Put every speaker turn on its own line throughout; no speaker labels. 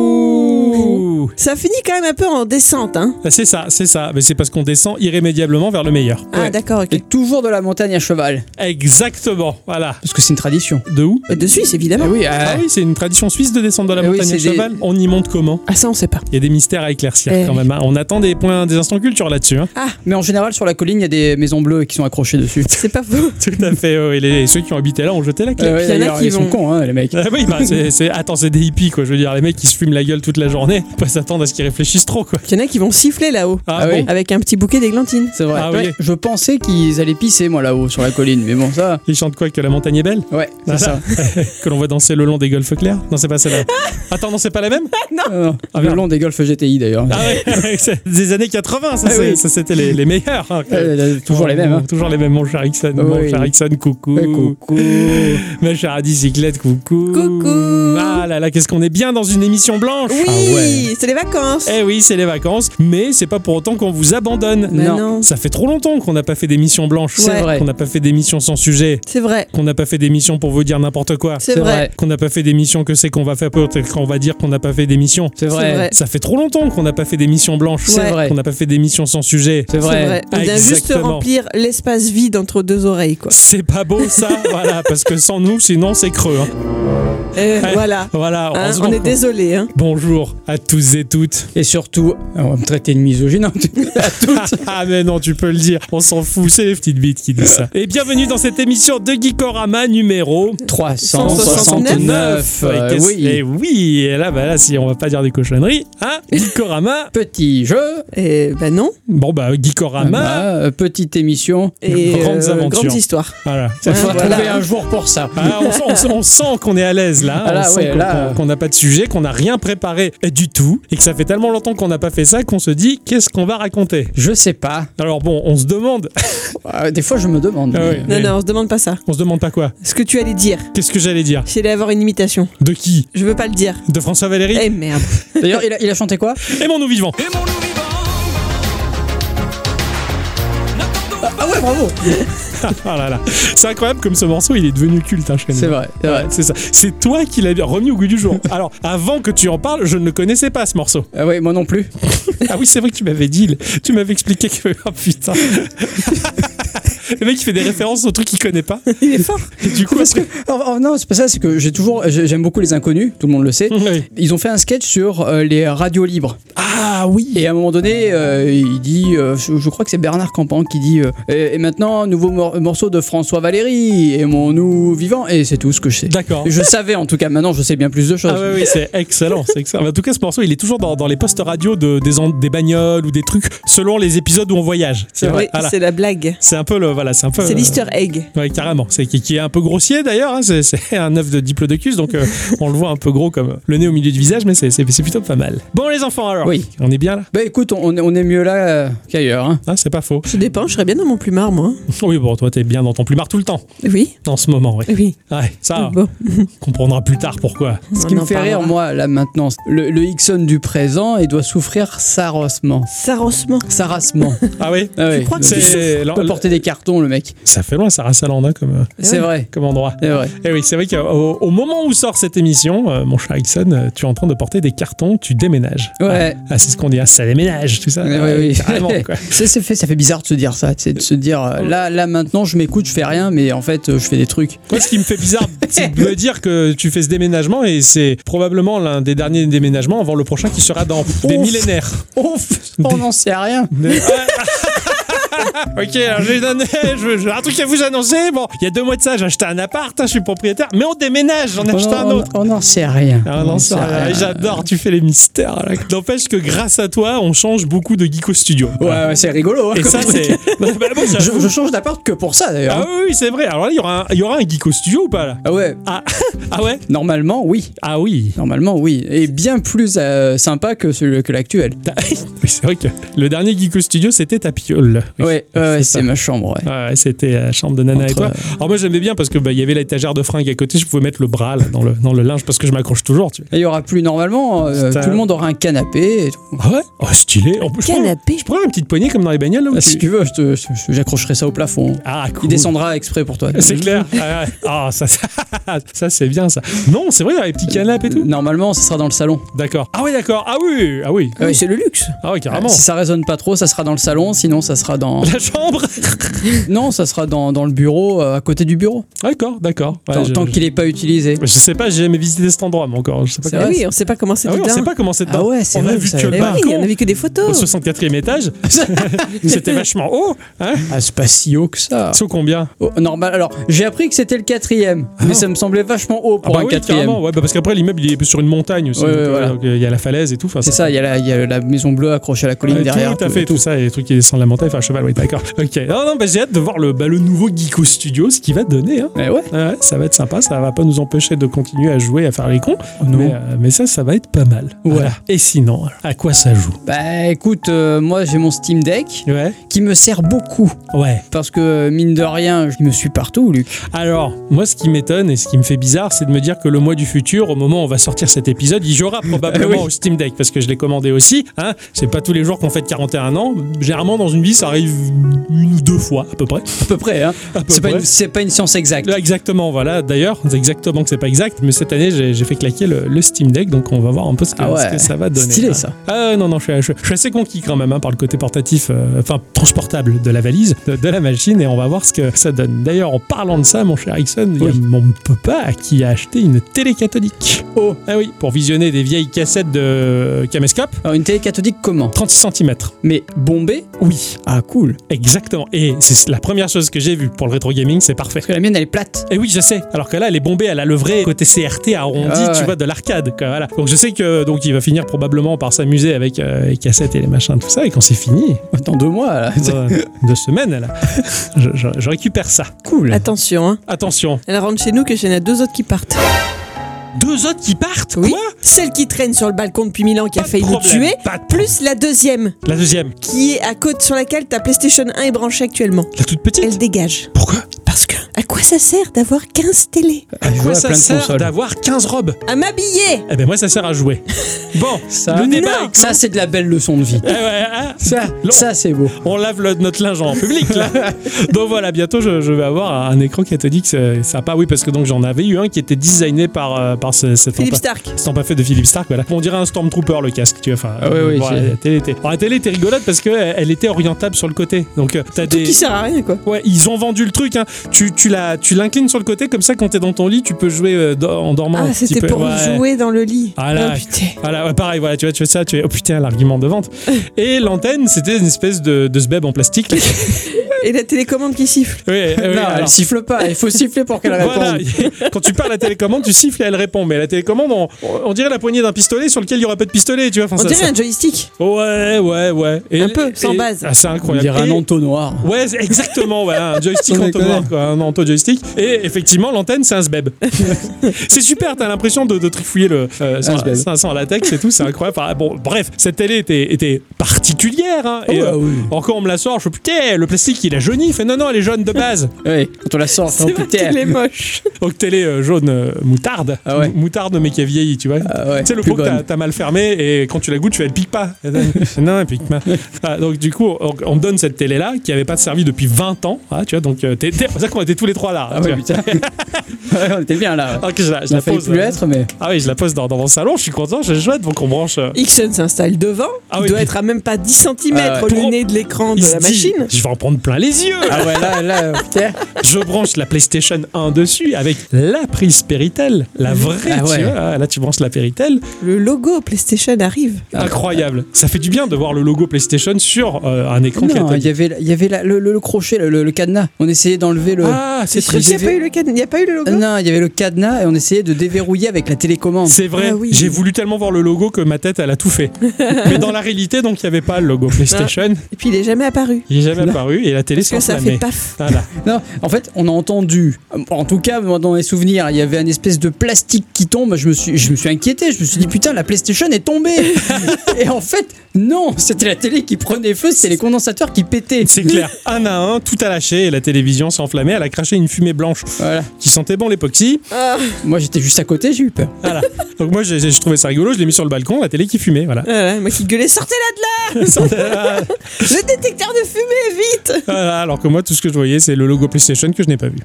Coucou
Ça finit quand même un peu en descente, hein
Ah, C'est ça, c'est ça. Mais c'est parce qu'on descend irrémédiablement vers le meilleur.
Ah, d'accord, ok.
Et toujours de la montagne à cheval,
Exactement, voilà.
parce que c'est une tradition.
De où
De Suisse,
Eh
évidemment.
oui, euh,
Ah oui, c'est une tradition suisse de descendre de la
Eh oui,
montagne à
c'est des-
cheval. On y monte comment
Ah, ça, on sait pas.
Il y a des mystères à éclaircir
Eh
quand
oui.
même. hein. On attend des points, des instants culture là-dessus. hein.
mais en général sur la colline, il y a des maisons bleues qui sont accrochées dessus.
C'est pas faux.
Tout à fait. ouais, Et les, ceux qui ont habité là ont jeté la clé.
Euh, ouais,
puis il y en a
d'ailleurs,
qui
ils sont
vont-
cons, hein, les mecs.
Ah oui, bah, c'est, c'est- attends, c'est des hippies quoi. Je veux dire, les mecs qui se fument la gueule toute la journée, on peut s'attendre à ce qu'ils réfléchissent trop quoi.
Il y en a qui vont siffler là-haut,
Ah,
Ah
bon
oui.
avec un petit bouquet d'églantines.
C'est vrai.
Ah oui.
Ouais, Je pensais qu'ils allaient pisser, moi, là-haut, sur la colline. Mais bon, ça,
Ils chantent quoi Que la montagne est belle
ouais, c'est Ah, ça.
Que l'on voit danser le long des golfes clairs Non, c'est pas celle-là. Attends, non, c'est pas la même
Euh, non,
Ah,
le
merde.
long des golfs GTI, d'ailleurs.
Ah ouais, c'est des années 80, ça,
Ah
c'est-
oui.
ça, c'était les, les meilleurs. hein.
Euh, toujours les mêmes. Hein.
Toujours les mêmes, mon cher Ixon,
Ah
mon
oui.
cher Ixon, coucou.
Ouais, coucou.
Ma chère à bicyclette, coucou.
Coucou.
Ah là là, qu'est-ce qu'on est bien dans une émission blanche.
Oui,
Ah ouais.
c'est les vacances.
Eh oui, c'est les vacances, mais c'est pas pour autant qu'on vous abandonne.
Bah
non.
Ça fait trop longtemps qu'on n'a pas fait d'émission blanche.
Ouais.
C'est vrai.
Qu'on n'a pas fait d'émission sans sujet.
C'est vrai.
Qu'on n'a pas fait d'émission pour vous dire n'importe quoi.
C'est
C'est
vrai.
vrai.
Qu'on n'a pas fait d'émission que c'est qu'on va faire peur, qu'on va dire qu'on n'a pas fait d'émission.
C'est
C'est
vrai.
vrai.
Ça fait trop longtemps qu'on n'a pas fait d'émission blanche.
C'est
Ouais.
vrai.
Qu'on n'a pas fait d'émission sans sujet.
C'est
C'est
vrai.
vrai. On vient juste
Exactement.
remplir l'espace vide entre deux oreilles, quoi.
C'est pas beau ça, voilà, parce que sans nous, sinon c'est creux. hein.
Eh,
Ouais.
voilà.
Voilà,
Hein,
heureusement
on est
qu'on-
désolé. Hein.
Bonjour à tous et toutes.
Et surtout, on va me traiter de misogyne. hein, à toutes.
Ah mais non, tu peux le dire, on s'en fout, c'est les petites bites qui disent ça. Et bienvenue dans cette émission de Geekorama numéro
369.
Et
Euh,
qu'est-ce- Et
oui.
oui, et là, bah là, si on va pas dire des cochonneries, hein, Geekorama,
Petit jeu.
Eh ben non.
bon bah Geekorama,
Ah, euh, petite émission.
Et euh,
Grandes aventures.
grande histoire.
voilà.
Ça faut
voilà.
trouver un jour pour ça.
Ah, on, sent- on sent- on sent qu'on est à l'aise là,
Ah là,
on sent
ouais,
qu'on-
là.
qu'on- qu'on n'a pas de sujet, qu'on n'a rien préparé du tout, et que ça fait tellement longtemps qu'on n'a pas fait ça qu'on se dit qu'est-ce qu'on va raconter.
Je sais pas.
Alors bon, on se demande,
Euh, Des fois, je me demande.
Ah oui.
Non,
Mais-
non, on se demande pas ça.
on se demande pas quoi.
Ce que tu allais dire,
Qu'est-ce que j'allais dire
c'est d'aller avoir une imitation.
De qui
Je veux pas le dire.
De François Valéry
Eh merde.
D'ailleurs, il a, il a chanté quoi
Aimons-nous vivants.
Eh. Ah ouais, bravo.
Ah là là. C'est incroyable comme ce morceau, il est devenu culte hein, chez nous.
C'est vrai. C'est vrai.
Ouais, c'est ça. C'est toi qui l'as remis au goût du jour. Alors, avant que tu en parles, je ne le connaissais pas ce morceau.
Ah ouais, moi non plus.
Ah oui, c'est vrai que tu m'avais dit, tu m'avais expliqué que. Oh putain. Le mec, il fait des références aux trucs qu'il connaît pas.
Il est fort.
Et du coup,
Parce que, oh, oh, non, c'est pas ça, c'est que j'ai toujours, j'ai- j'aime beaucoup les inconnus, tout le monde le sait.
Oui.
Ils ont fait un sketch sur euh, les radios libres.
Ah oui.
Et à un moment donné, euh, il dit, euh, je, je crois que c'est Bernard Campan qui dit, euh, et, et maintenant, nouveau mor- morceau de François Valéry, et mon nous vivant, et c'est tout ce que je sais.
D'accord.
Je savais en tout cas, maintenant je sais bien plus de choses.
Ah oui, oui, c'est excellent, c'est excellent. Bah, En tout cas, ce morceau, il est toujours dans, dans les postes radio de, des, en- des bagnoles ou des trucs selon les épisodes où on voyage. C'est
Oui,
vrai. Voilà.
c'est la blague.
C'est un peu le, voilà, c'est un peu.
C'est
euh,
l'easter egg.
Ouais, carrément. C'est qui, qui est un peu grossier d'ailleurs. hein. C'est- C'est un œuf de diplodocus, donc euh, on le voit un peu gros comme euh, le nez au milieu du visage, mais c'est c'est- c'est plutôt pas mal. Bon, les enfants, alors.
Oui.
On est bien là
Bah écoute, on, on est mieux là euh, qu'ailleurs. hein.
Ah, c'est pas faux.
Ça dépend, je serais bien dans mon plumard, moi.
Oui, bon, toi, t'es bien dans ton plumard tout le temps,
Oui,
en ce moment, oui.
oui.
Ouais, ça,
Bon,
on comprendra plus tard pourquoi.
Ce qui
on
me
en
fait rire,
parlera.
moi, là maintenant, le, le Hickson du présent, il doit souffrir sarosement.
Sarrosement.
Sarassement.
Ah oui
Ah oui.
crois que
Donc,
c'est- Eh
il peut
le-
porter des cartons, le mec.
Ça fait loin, ça rassalande hein, comme, euh,
C'est
ouais.
vrai.
comme endroit.
C'est vrai.
Et Eh oui, c'est vrai qu'au au moment où sort cette émission, euh, mon cher Ixon, euh, tu es en train de porter des cartons, tu déménages.
Ouais.
Ah, c'est ce qu'on dit, hein, ça déménage, tout ça.
Ouais, ouais, Eh oui.
Carrément, quoi.
Ça, ça fait, ça fait bizarre de se dire ça, c'est de se dire euh, là, là maintenant je m'écoute, je fais rien, mais en fait euh, je fais des trucs.
Moi, ce qui me fait bizarre, c'est de me dire que tu fais ce déménagement et c'est probablement l'un des derniers déménagements avant le prochain qui sera dans des
Ouf.
millénaires.
Ouf, on n'en sait rien.
Des- Ah. Ok, alors j'ai donné- je- j'ai un truc à vous annoncer. Bon, il y a deux mois de ça, j'ai acheté un appart, hein, je suis propriétaire, mais on déménage, j'en ai
On
acheté un
n'en-
autre.
on n'en sait rien.
Ah
On
non,
n'en
ça,
sait rien.
j'adore, tu fais les mystères. là. N'empêche que grâce à toi, on change beaucoup de Geeko Studio.
Ouais, ouais, c'est rigolo. hein,
Et
comme
ça,
truc.
c'est. Bah, bah, bon,
Je,
j'avoue.
je change d'appart que pour ça d'ailleurs.
Ah
hein.
oui, oui, c'est vrai. Alors là, il y aura un, il y aura un Geeko Studio ou pas là
Ah ouais,
Ah, ah ouais
normalement oui.
Ah oui.
Normalement oui. Et bien plus euh, sympa que celui que l'actuel.
Oui, c'est vrai que le dernier Geeko Studio, c'était Tapiole.
Ouais, ouais, ouais, ouais, Ah,
C'est
c'est Ah.
ça.
ma chambre. Ouais.
Ouais, c'était la chambre de Nana et
Entre,
toi.
euh,
Alors moi j'aimais bien parce que bah, il y avait l'étagère de fringues à côté, je pouvais mettre le bras là, dans, le, dans le linge parce que je m'accroche toujours. Tu...
Et Il y aura plus normalement. euh,
C'est un-
tout le monde aura un canapé. et tout.
Ah ouais Oh stylé En plus, je prends,
Canapé.
je prends une petite poignée comme dans les bagnoles là où
Ah,
tu-
Si tu veux, je te- je- j'accrocherai ça au plafond.
Ah cool
Il descendra exprès pour toi.
C'est clair. Ah, ouais. Ah, ça, ça, ça, c'est bien ça. Non, c'est vrai, il y a les petits canapes et tout.
Normalement, ça sera dans le salon.
D'accord. Ah oui, d'accord. Ah oui, ah oui.
Ah oui, c'est le luxe.
Ah oui, carrément.
Si ça résonne pas trop, ça sera dans le salon. Sinon, ça sera dans.
La chambre.
non, ça sera dans, dans le bureau, euh, à côté du bureau.
D'accord, d'accord. Ouais,
tant
je,
tant qu'il est pas utilisé.
je sais pas, j'ai jamais visité cet endroit, mais encore. Je sais pas
C'est
comment-
Ah
vrai,
oui, on sait pas comment c'est
Ah oui, on
dedans.
sait pas comment c'est dedans.
Ah ouais, c'est
On a
vrai,
vu
vous
que le
savez.
Eh oui, il y en
balcon Bah,
avait que des
au
photos.
64e étage, c'était vachement haut. Hein
Ah, c'est pas si haut que ça.
Sauf combien Ah
Oh, normal. Alors, j'ai appris que c'était le quatrième, mais ça me semblait vachement haut
Ah
pour
bah
un
oui,
quatrième.
carrément. Ouais, bah parce qu'après l'immeuble il est sur une montagne aussi.
Ouais,
donc,
ouais,
euh,
voilà.
donc, euh, il y a la falaise et tout. Enfin,
C'est ça, il y, a la- il y a la maison bleue accrochée à la colline
Ouais,
derrière. euh,
Tout à fait, tout ça, et les trucs qui descendent la montagne, enfin, cheval, oui, d'accord. Ok. Non, non, bah, j'ai hâte de voir le, bah, le nouveau Geeko Studio, ce qu'il va donner. Hein.
Mais ouais.
Ouais, ça va être sympa, ça va pas nous empêcher de continuer à jouer, à faire les cons.
non.
Mais, euh, mais ça, ça va être pas mal. Voilà. Et sinon, alors, à quoi ça joue
Bah écoute, euh, moi j'ai mon Steam Deck
Ouais.
qui me sert beaucoup
Ouais.
parce que euh, mine de rien, je me suis partout, Luc.
Alors, moi, ce qui m'étonne et ce qui me fait bizarre, c'est de me dire que le mois du futur, au moment où on va sortir cet épisode, il y aura probablement
Eh oui.
au Steam Deck, parce que je l'ai commandé aussi. Hein. C'est pas tous les jours qu'on fête 41 ans. Généralement, dans une vie, ça arrive une ou deux fois, à peu près.
À peu près, hein.
À peu
C'est pas,
près.
une- c'est pas une science exacte.
Là, exactement, voilà. D'ailleurs, c'est exactement que c'est pas exact, mais cette année, j'ai j'ai fait claquer le, le Steam Deck, donc on va voir un peu ce que,
Ah ouais.
ce que ça va donner.
Stylé,
hein.
ça.
Ah non, non, je suis, je suis- je suis assez conquis quand même hein, par le côté portatif, euh, enfin transportable de la valise, de, de la machine, et on va voir ce que ça donne. D'ailleurs, en parlant de ça, mon cher Ixon, il y a
Oui.
mon papa qui a acheté une télé cathodique.
Oh.
Ah oui, pour visionner des vieilles cassettes de caméscope,
Alors une télé cathodique comment
36 cm.
Mais bombée
Oui,
Ah cool.
exactement. Et c'est la première chose que j'ai vue pour le rétro gaming, c'est parfait.
Parce que la mienne elle est plate.
Et Eh oui, je sais. Alors que là, elle est bombée, elle a le vrai côté CRT arrondi,
Ah ouais.
tu vois, de l'arcade. quoi, Voilà. Donc je sais que donc il va finir probablement par s'amuser avec euh, les cassettes et les machins, tout ça. Et quand c'est fini,
Dans deux mois, là. C'est
euh, deux semaines, là, je, je- je récupère ça.
cool.
Attention, hein.
Attention,
Elle rentre chez nous que j'en ai deux autres qui partent.
deux autres qui partent.
Oui.
Quoi
Celle qui traîne sur le balcon depuis mille ans qui a
Pas de
failli nous
problème,
tuer.
pas de problème.
Plus la deuxième
la deuxième,
qui est à côté sur laquelle ta PlayStation 1 est branchée actuellement.
la toute petite.
Elle dégage.
Pourquoi
Parce que à quoi ça sert d'avoir 15 télés
À
Je
quoi
vois
ça
plein de
sert
consoles.
d'avoir 15 robes
À m'habiller
Eh ben moi, ça sert à jouer. Bon,
Ça, eh ben,
le débat.
Non.
est-
ça c'est de la belle leçon de vie.
Eh ouais, hein
Ça,
Non.
ça c'est beau.
on lave le- notre linge en public là. donc voilà, bientôt je, je vais avoir un écran cathodique c'est sympa. Oui, parce que donc j'en avais eu un qui était designé par euh, par ce- cet
Philippe
empa-
Stark.
cet empaffé de Philippe Stark, voilà. On dirait un Stormtrooper le casque, tu vois. Enfin,
Ah ouais, ouais,
voilà,
j'ai-
la télé était. Alors, la télé était rigolote parce que euh, elle, elle était orientable sur le côté. Donc euh, t'as
Tout
des.
qui sert à rien quoi.
Ouais, ils ont vendu le truc. Hein. Tu tu la tu l'inclines sur le côté comme ça quand t'es dans ton lit, tu peux jouer euh, do- en dormant. un
Ah,
petit
c'était
peu.
pour
Ouais.
jouer dans le lit.
Ah là,
Ah, putain.
Voilà, ouais, pareil, voilà, tu vois, tu fais ça, tu fais, oh putain, l'argument de vente. Et l'antenne, c'était une espèce de, de sbeb en plastique. là.
Et la télécommande qui siffle.
Oui, Eh oui,
non,
alors-
elle siffle pas. Il faut siffler pour qu'elle réponde.
Voilà. Quand tu parles à la télécommande, tu siffles et elle répond. Mais la télécommande, on, on dirait la poignée d'un pistolet sur lequel il y aura pas de pistolet, tu vois. Enfin,
On
ça-
dirait
ça-
un joystick.
Ouais, ouais, ouais. Et-
Un peu, sans
et-
base.
Ah, c'est
On
incroyable.
dirait un
Et-
entonnoir.
Ouais, c'est- exactement, ouais, un joystick
Sans
entonnoir,
déconner.
quoi, un entojoystick. Et effectivement, l'antenne, c'est un sbeb. c'est super, t'as l'impression de, de trifouiller le euh, sans,
sbeb.
sans- sans latex et tout, c'est incroyable. Enfin, bon, bref, cette télé était, était particulière. hein,
Ouais,
et, euh,
Oh, bah oui.
Encore on me la sort, je fais putain, le plastique il a jauni. Il fait non, non, elle est jaune de base.
Ouais, quand on la sort,
C'est vrai
putain.
qu'il est moche.
Donc télé euh, jaune euh, moutarde.
Ah ouais.
Mou- Moutarde mais qui a vieilli, tu vois.
Ah ouais,
Tu sais, le
plus
pot que t'as-
bonne.
t'as mal fermé et quand tu la goûtes, tu fais elle pique pas. non, elle pique pas. Ah, donc, du coup, on, on me donne cette télé-là qui avait pas servi depuis 20 ans. Ah, tu vois, donc, euh, t'es- t'es- c'est pour ça qu'on était tous les trois là.
Ah
tu
ouais,
vois.
putain. Ouais, on était bien là.
Ah, que je la, je
Ça
la
ne fallait
pose.
plus
euh,
être, mais.
Ah oui, je la pose dans, dans mon salon, je suis content, j'ai chouette, donc on branche. euh,
Ixon s'installe devant.
Ah
il
oui,
doit
puis-
être à même pas 10 cm
Ah ouais.
le
Pour-
nez de l'écran
il
de
se
la
dit,
machine.
Je vais en prendre plein les yeux.
Ah ouais, là, là, putain.
je branche la PlayStation 1 dessus avec la prise Péritel, la vraie.
Ah
tu
ouais.
vois. Ah, là, tu branches la Péritel.
Le logo PlayStation arrive.
Ah, Incroyable. Ça fait du bien de voir le logo PlayStation sur euh, un écran qui
Non, il
est
y avait, il y avait la- le, le- le crochet, le, le- le cadenas. On essayait d'enlever enlever le.
Ah, c'est
Si,
très
si,
Il
j'ai
n'y a, pas eu le cadenas- il y a pas eu le logo
Non, il y avait le cadenas et on essayait de déverrouiller avec la télécommande.
C'est vrai,
Ah oui.
j'ai voulu tellement voir le logo que ma tête, elle a tout fait. Mais dans la réalité, donc, il n'y avait pas le logo PlayStation.
Et puis il est jamais apparu.
Il n'est jamais apparu et la télé
Parce que ça fait
s'enflammait.
paf.
Voilà.
Non, en fait, on a entendu. En tout cas, moi, dans les souvenirs, il y avait une espèce de plastique qui tombe. Je me suis, je me suis inquiété. Je me suis dit putain, la PlayStation est tombée. et en fait, non, c'était la télé qui prenait feu. C'était les condensateurs qui pétaient.
C'est clair, un à un, tout a lâché et la télévision s'est enflammée. Elle a craché une fumée blanche
Voilà.
qui sentait bon l'époxy.
Ah,
Moi, j'étais juste à côté. J'ai eu peur.
Voilà. Donc moi, j'ai j'ai- je trouvais ça rigolo. Je l'ai mis sur le balcon, la télé qui fumait. Voilà.
voilà, moi qui gueulais, sortez-la de là
Voilà.
Le détecteur de fumée, vite
Voilà, alors que moi, tout ce que je voyais, c'est le logo PlayStation que je n'ai pas vu.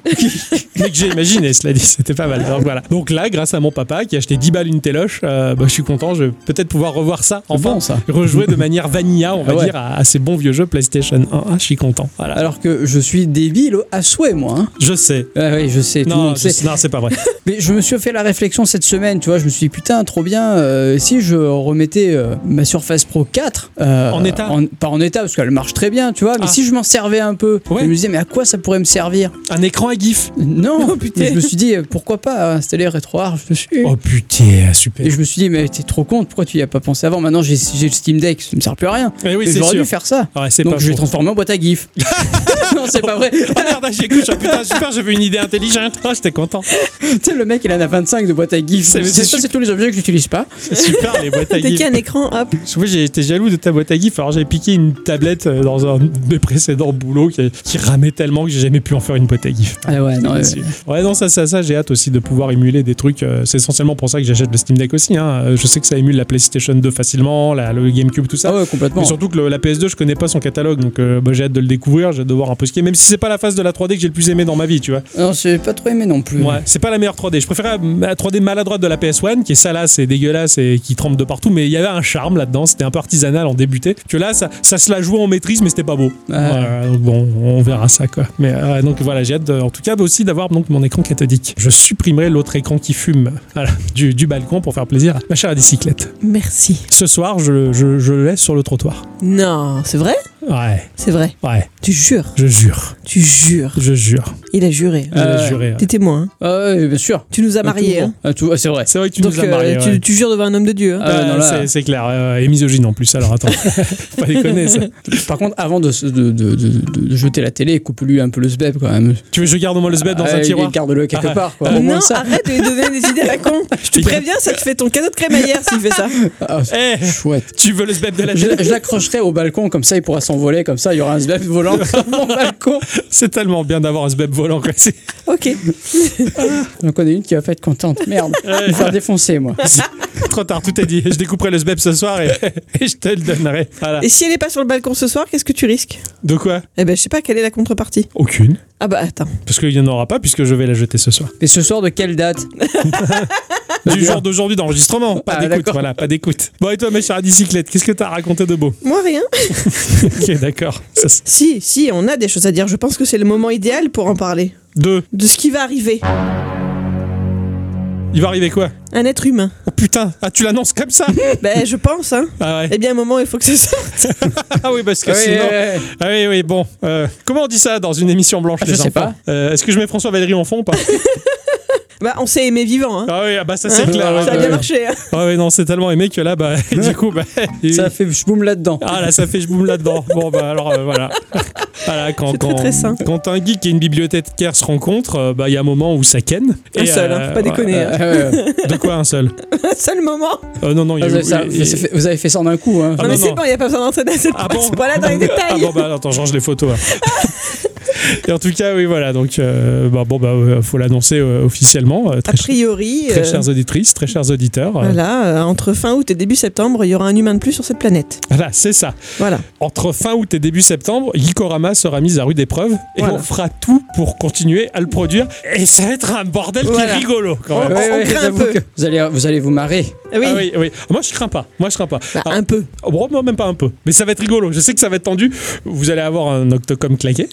Mais que j'ai imaginé, cela dit, c'était pas mal. Donc voilà. Donc là, grâce à mon papa qui a acheté 10 balles une téloche, euh, bah, je suis content. Je vais peut-être pouvoir revoir ça enfin.
bon, ça.
Rejouer de manière vanilla, on va
Ah ouais.
dire, à, à ces bons vieux jeux PlayStation 1. Ah, je suis content. Voilà.
Alors que je suis débile à souhait, moi. hein.
Je sais.
Ah oui, je sais. tout le
Non,
monde sait.
je- non, c'est pas vrai.
Mais je me suis fait la réflexion cette semaine, tu vois, je me suis dit putain, trop bien, euh, si je remettais euh, ma Surface Pro 4 euh,
En état
Pas en état, parce qu'elle marche très bien, tu vois, mais
Ah.
si je m'en servais un peu,
Ouais.
je me disais, mais à quoi ça pourrait me servir
Un écran à GIF.
Non,
Oh, putain.
Mais je me suis dit, euh, pourquoi pas installer RetroArch dessus
Oh putain, super.
Et je me suis dit, mais t'es trop con, pourquoi tu y as pas pensé avant Maintenant j'ai j'ai le Steam Deck, ça me sert plus à rien.
Eh oui,
Mais
c'est
J'aurais
sûr.
dû faire ça.
Ouais, c'est
Donc
pas
je vais
faux.
transformer en boîte à GIF. non, c'est pas vrai.
Ah merde, j'ai couché. Ah, Putain, super, j'avais une idée intelligente. Ah, j'étais content.
tu sais, le mec, il en a 25 de boîte à GIF.
C'est-
C'est
c'est
ça,
sûr.
c'est tous les objets que j'utilise pas.
C'est super, les boîtes à
Dès
GIF.
qu'il y a un écran, hop
Je sais pas, j'ai été jaloux de ta boîte à gif, alors j'ai piqué une tablette euh, dans un des précédents boulots qui, qui ramait tellement que j'ai jamais pu en faire une boîte à gif.
Ah ouais, non, euh,
Ouais, non, ça, ça, ça, j'ai hâte aussi de pouvoir émuler des trucs. euh, C'est essentiellement pour ça que j'achète le Steam Deck aussi. hein. Euh, Je sais que ça émule la PlayStation 2 facilement, la, le GameCube, tout ça.
Ah ouais, complètement.
Mais surtout que le- la PS2, je connais pas son catalogue, donc euh, bah, j'ai hâte de le découvrir, j'ai hâte de voir un peu ce qui est. Même si c'est pas la phase de la 3D que j'ai le plus aimé dans ma vie, tu vois.
Non, j'ai pas trop aimé non plus.
Ouais, c'est pas la meilleure 3D. Je préférais la 3D maladroite de la PS1 qui est salace et dégueulasse et qui trempe de partout, mais il y avait un charme là-dedans. C'était un peu artisanal, on débutait. Que là, ça, ça se la jouait en maîtrise, mais c'était pas beau.
Ah.
Voilà, donc bon, on verra ça quoi. Mais euh, donc voilà, j'ai hâte de- en tout cas aussi d'avoir donc mon écran cathodique. Je supprimerai l'autre écran qui fume voilà, du, du balcon pour faire plaisir à ma chère à bicyclette.
Merci.
Ce soir, je, je, je le laisse sur le trottoir.
Non, c'est vrai
Ouais,
C'est vrai.
ouais,
Tu jures
je jure,
Tu jures
je jure,
Il a juré.
je
Ah ouais.
l'ai juré. ouais.
T'es témoin. hein.
Ah ouais, bien sûr.
Tu nous as mariés. hein.
Ah, tout- ah, c'est vrai.
C'est vrai que tu
Donc
nous as
euh,
mariés.
tu,
ouais.
tu jures devant un homme de Dieu. hein.
Ah,
Euh,
non, là-
c'est- C'est clair, euh, et misogyne en plus, alors attends, Faut pas déconner ça.
Par contre, avant de, se- de, de- de- de- de jeter la télé, coupe-lui un peu le sbeb quand même.
Tu veux que je garde moi le sbeb dans
Ah,
un
il-
tiroir
Garde-le quelque
Ah,
part, quoi.
ah,
Au moins
non,
ça.
arrête de lui donner des idées à la con. Je te
Il-
préviens, ça te fait ton cadeau de crémaillère s'il fait ça.
Ah, c'est
Eh,
chouette.
tu veux le sbeb de la
Je,
télé
je l'accrocherai au balcon, comme ça il pourra s'envoler, comme ça il y aura un sbeb volant sur mon balcon.
C'est tellement bien d'avoir un sbeb volant. Quoi. C'est-
Ok.
J'en connais une qui va pas être contente. Merde, je vais me faire défoncer moi.
Trop tard, tout est dit. Je découperai le sbeb ce soir et, et je te le donnerai. Voilà.
Et si elle est pas sur le balcon ce soir, qu'est-ce que tu risques
De quoi
Eh ben, je sais pas quelle est la contrepartie.
Aucune.
Ah bah attends.
Parce qu'il n'y en aura pas puisque je vais la jeter ce soir.
Et ce soir, de quelle date
Du jour d'aujourd'hui d'enregistrement. Pas
Ah,
d'écoute,
d'accord.
voilà, pas d'écoute. Bon, et toi, mes chers à bicyclette, qu'est-ce que t'as raconté de beau
Moi rien.
Ok, d'accord. Ça, c'est-
Si, si, on a des choses à dire. Je pense que c'est le moment idéal pour en parler.
Deux.
De ce qui va arriver.
Il va arriver quoi
Un être humain.
Oh putain, ah, tu l'annonces comme ça
ben, je pense, hein.
Ah ouais.
Eh bien, à un moment, il faut que ça sorte.
Ah oui, parce que
Ouais, euh,
sinon.
ouais, ouais.
Ah oui, oui, bon. Euh, comment on dit ça dans une émission blanche,
Ah, je
les
sais
enfants
pas.
Euh, Est-ce que je mets François Valéry en fond ou pas
Bah, on s'est aimé vivant, hein.
Ah oui, ah bah ça c'est
Hein
clair.
Ah,
ouais,
ça a
bah,
bien
ouais.
marché, hein.
Ah oui, non, c'est tellement aimé que là, bah, du coup, bah. il-
Ça fait boum là-dedans.
Ah là, ça fait je boum là-dedans. Bon, bah alors, euh, voilà. Voilà, quand,
C'est
quand,
très, très sain.
quand un geek et une bibliothécaire se rencontrent, euh, bah, il y a un moment où ça ken.
Un
Et, euh,
seul, hein, faut pas déconner.
ouais,
hein.
Ah ouais.
euh, de quoi un seul
Un seul moment.
Euh, Non, non, il y
Ah,
a
ça-
eu.
ça-
et-
ça fait- vous avez fait ça en un coup. Hein.
non,
Ah,
mais
non,
c'est
non.
bon, il n'y a pas besoin d'entraîner à cette
Ah
fois.
bon
Voilà dans les
Ah
détails.
bon bah attends, change les photos. hein. Et en tout cas, oui, voilà. Donc, euh, bah, bon, bah, euh, faut l'annoncer euh, officiellement. euh,
A
très,
priori,
très
euh,
chères auditrices, très chers auditeurs. euh,
voilà, euh, entre fin août et début septembre, il y aura un humain de plus sur cette planète.
voilà, c'est ça.
Voilà.
Entre fin août et début septembre, Gikorama sera mise à rude épreuve et
Voilà.
on fera tout pour continuer à le produire. Et ça va être un bordel qui
Voilà.
est rigolo quand même.
on- on craint un
j'avoue
peu.
que Vous allez, vous allez vous marrer.
Ah oui,
Ah oui, oui. Moi je crains pas. Moi je crains pas.
Bah,
Ah,
un peu.
oh, bon, non, même pas un peu. Mais ça va être rigolo. Je sais que ça va être tendu. Vous allez avoir un Octocom claqué.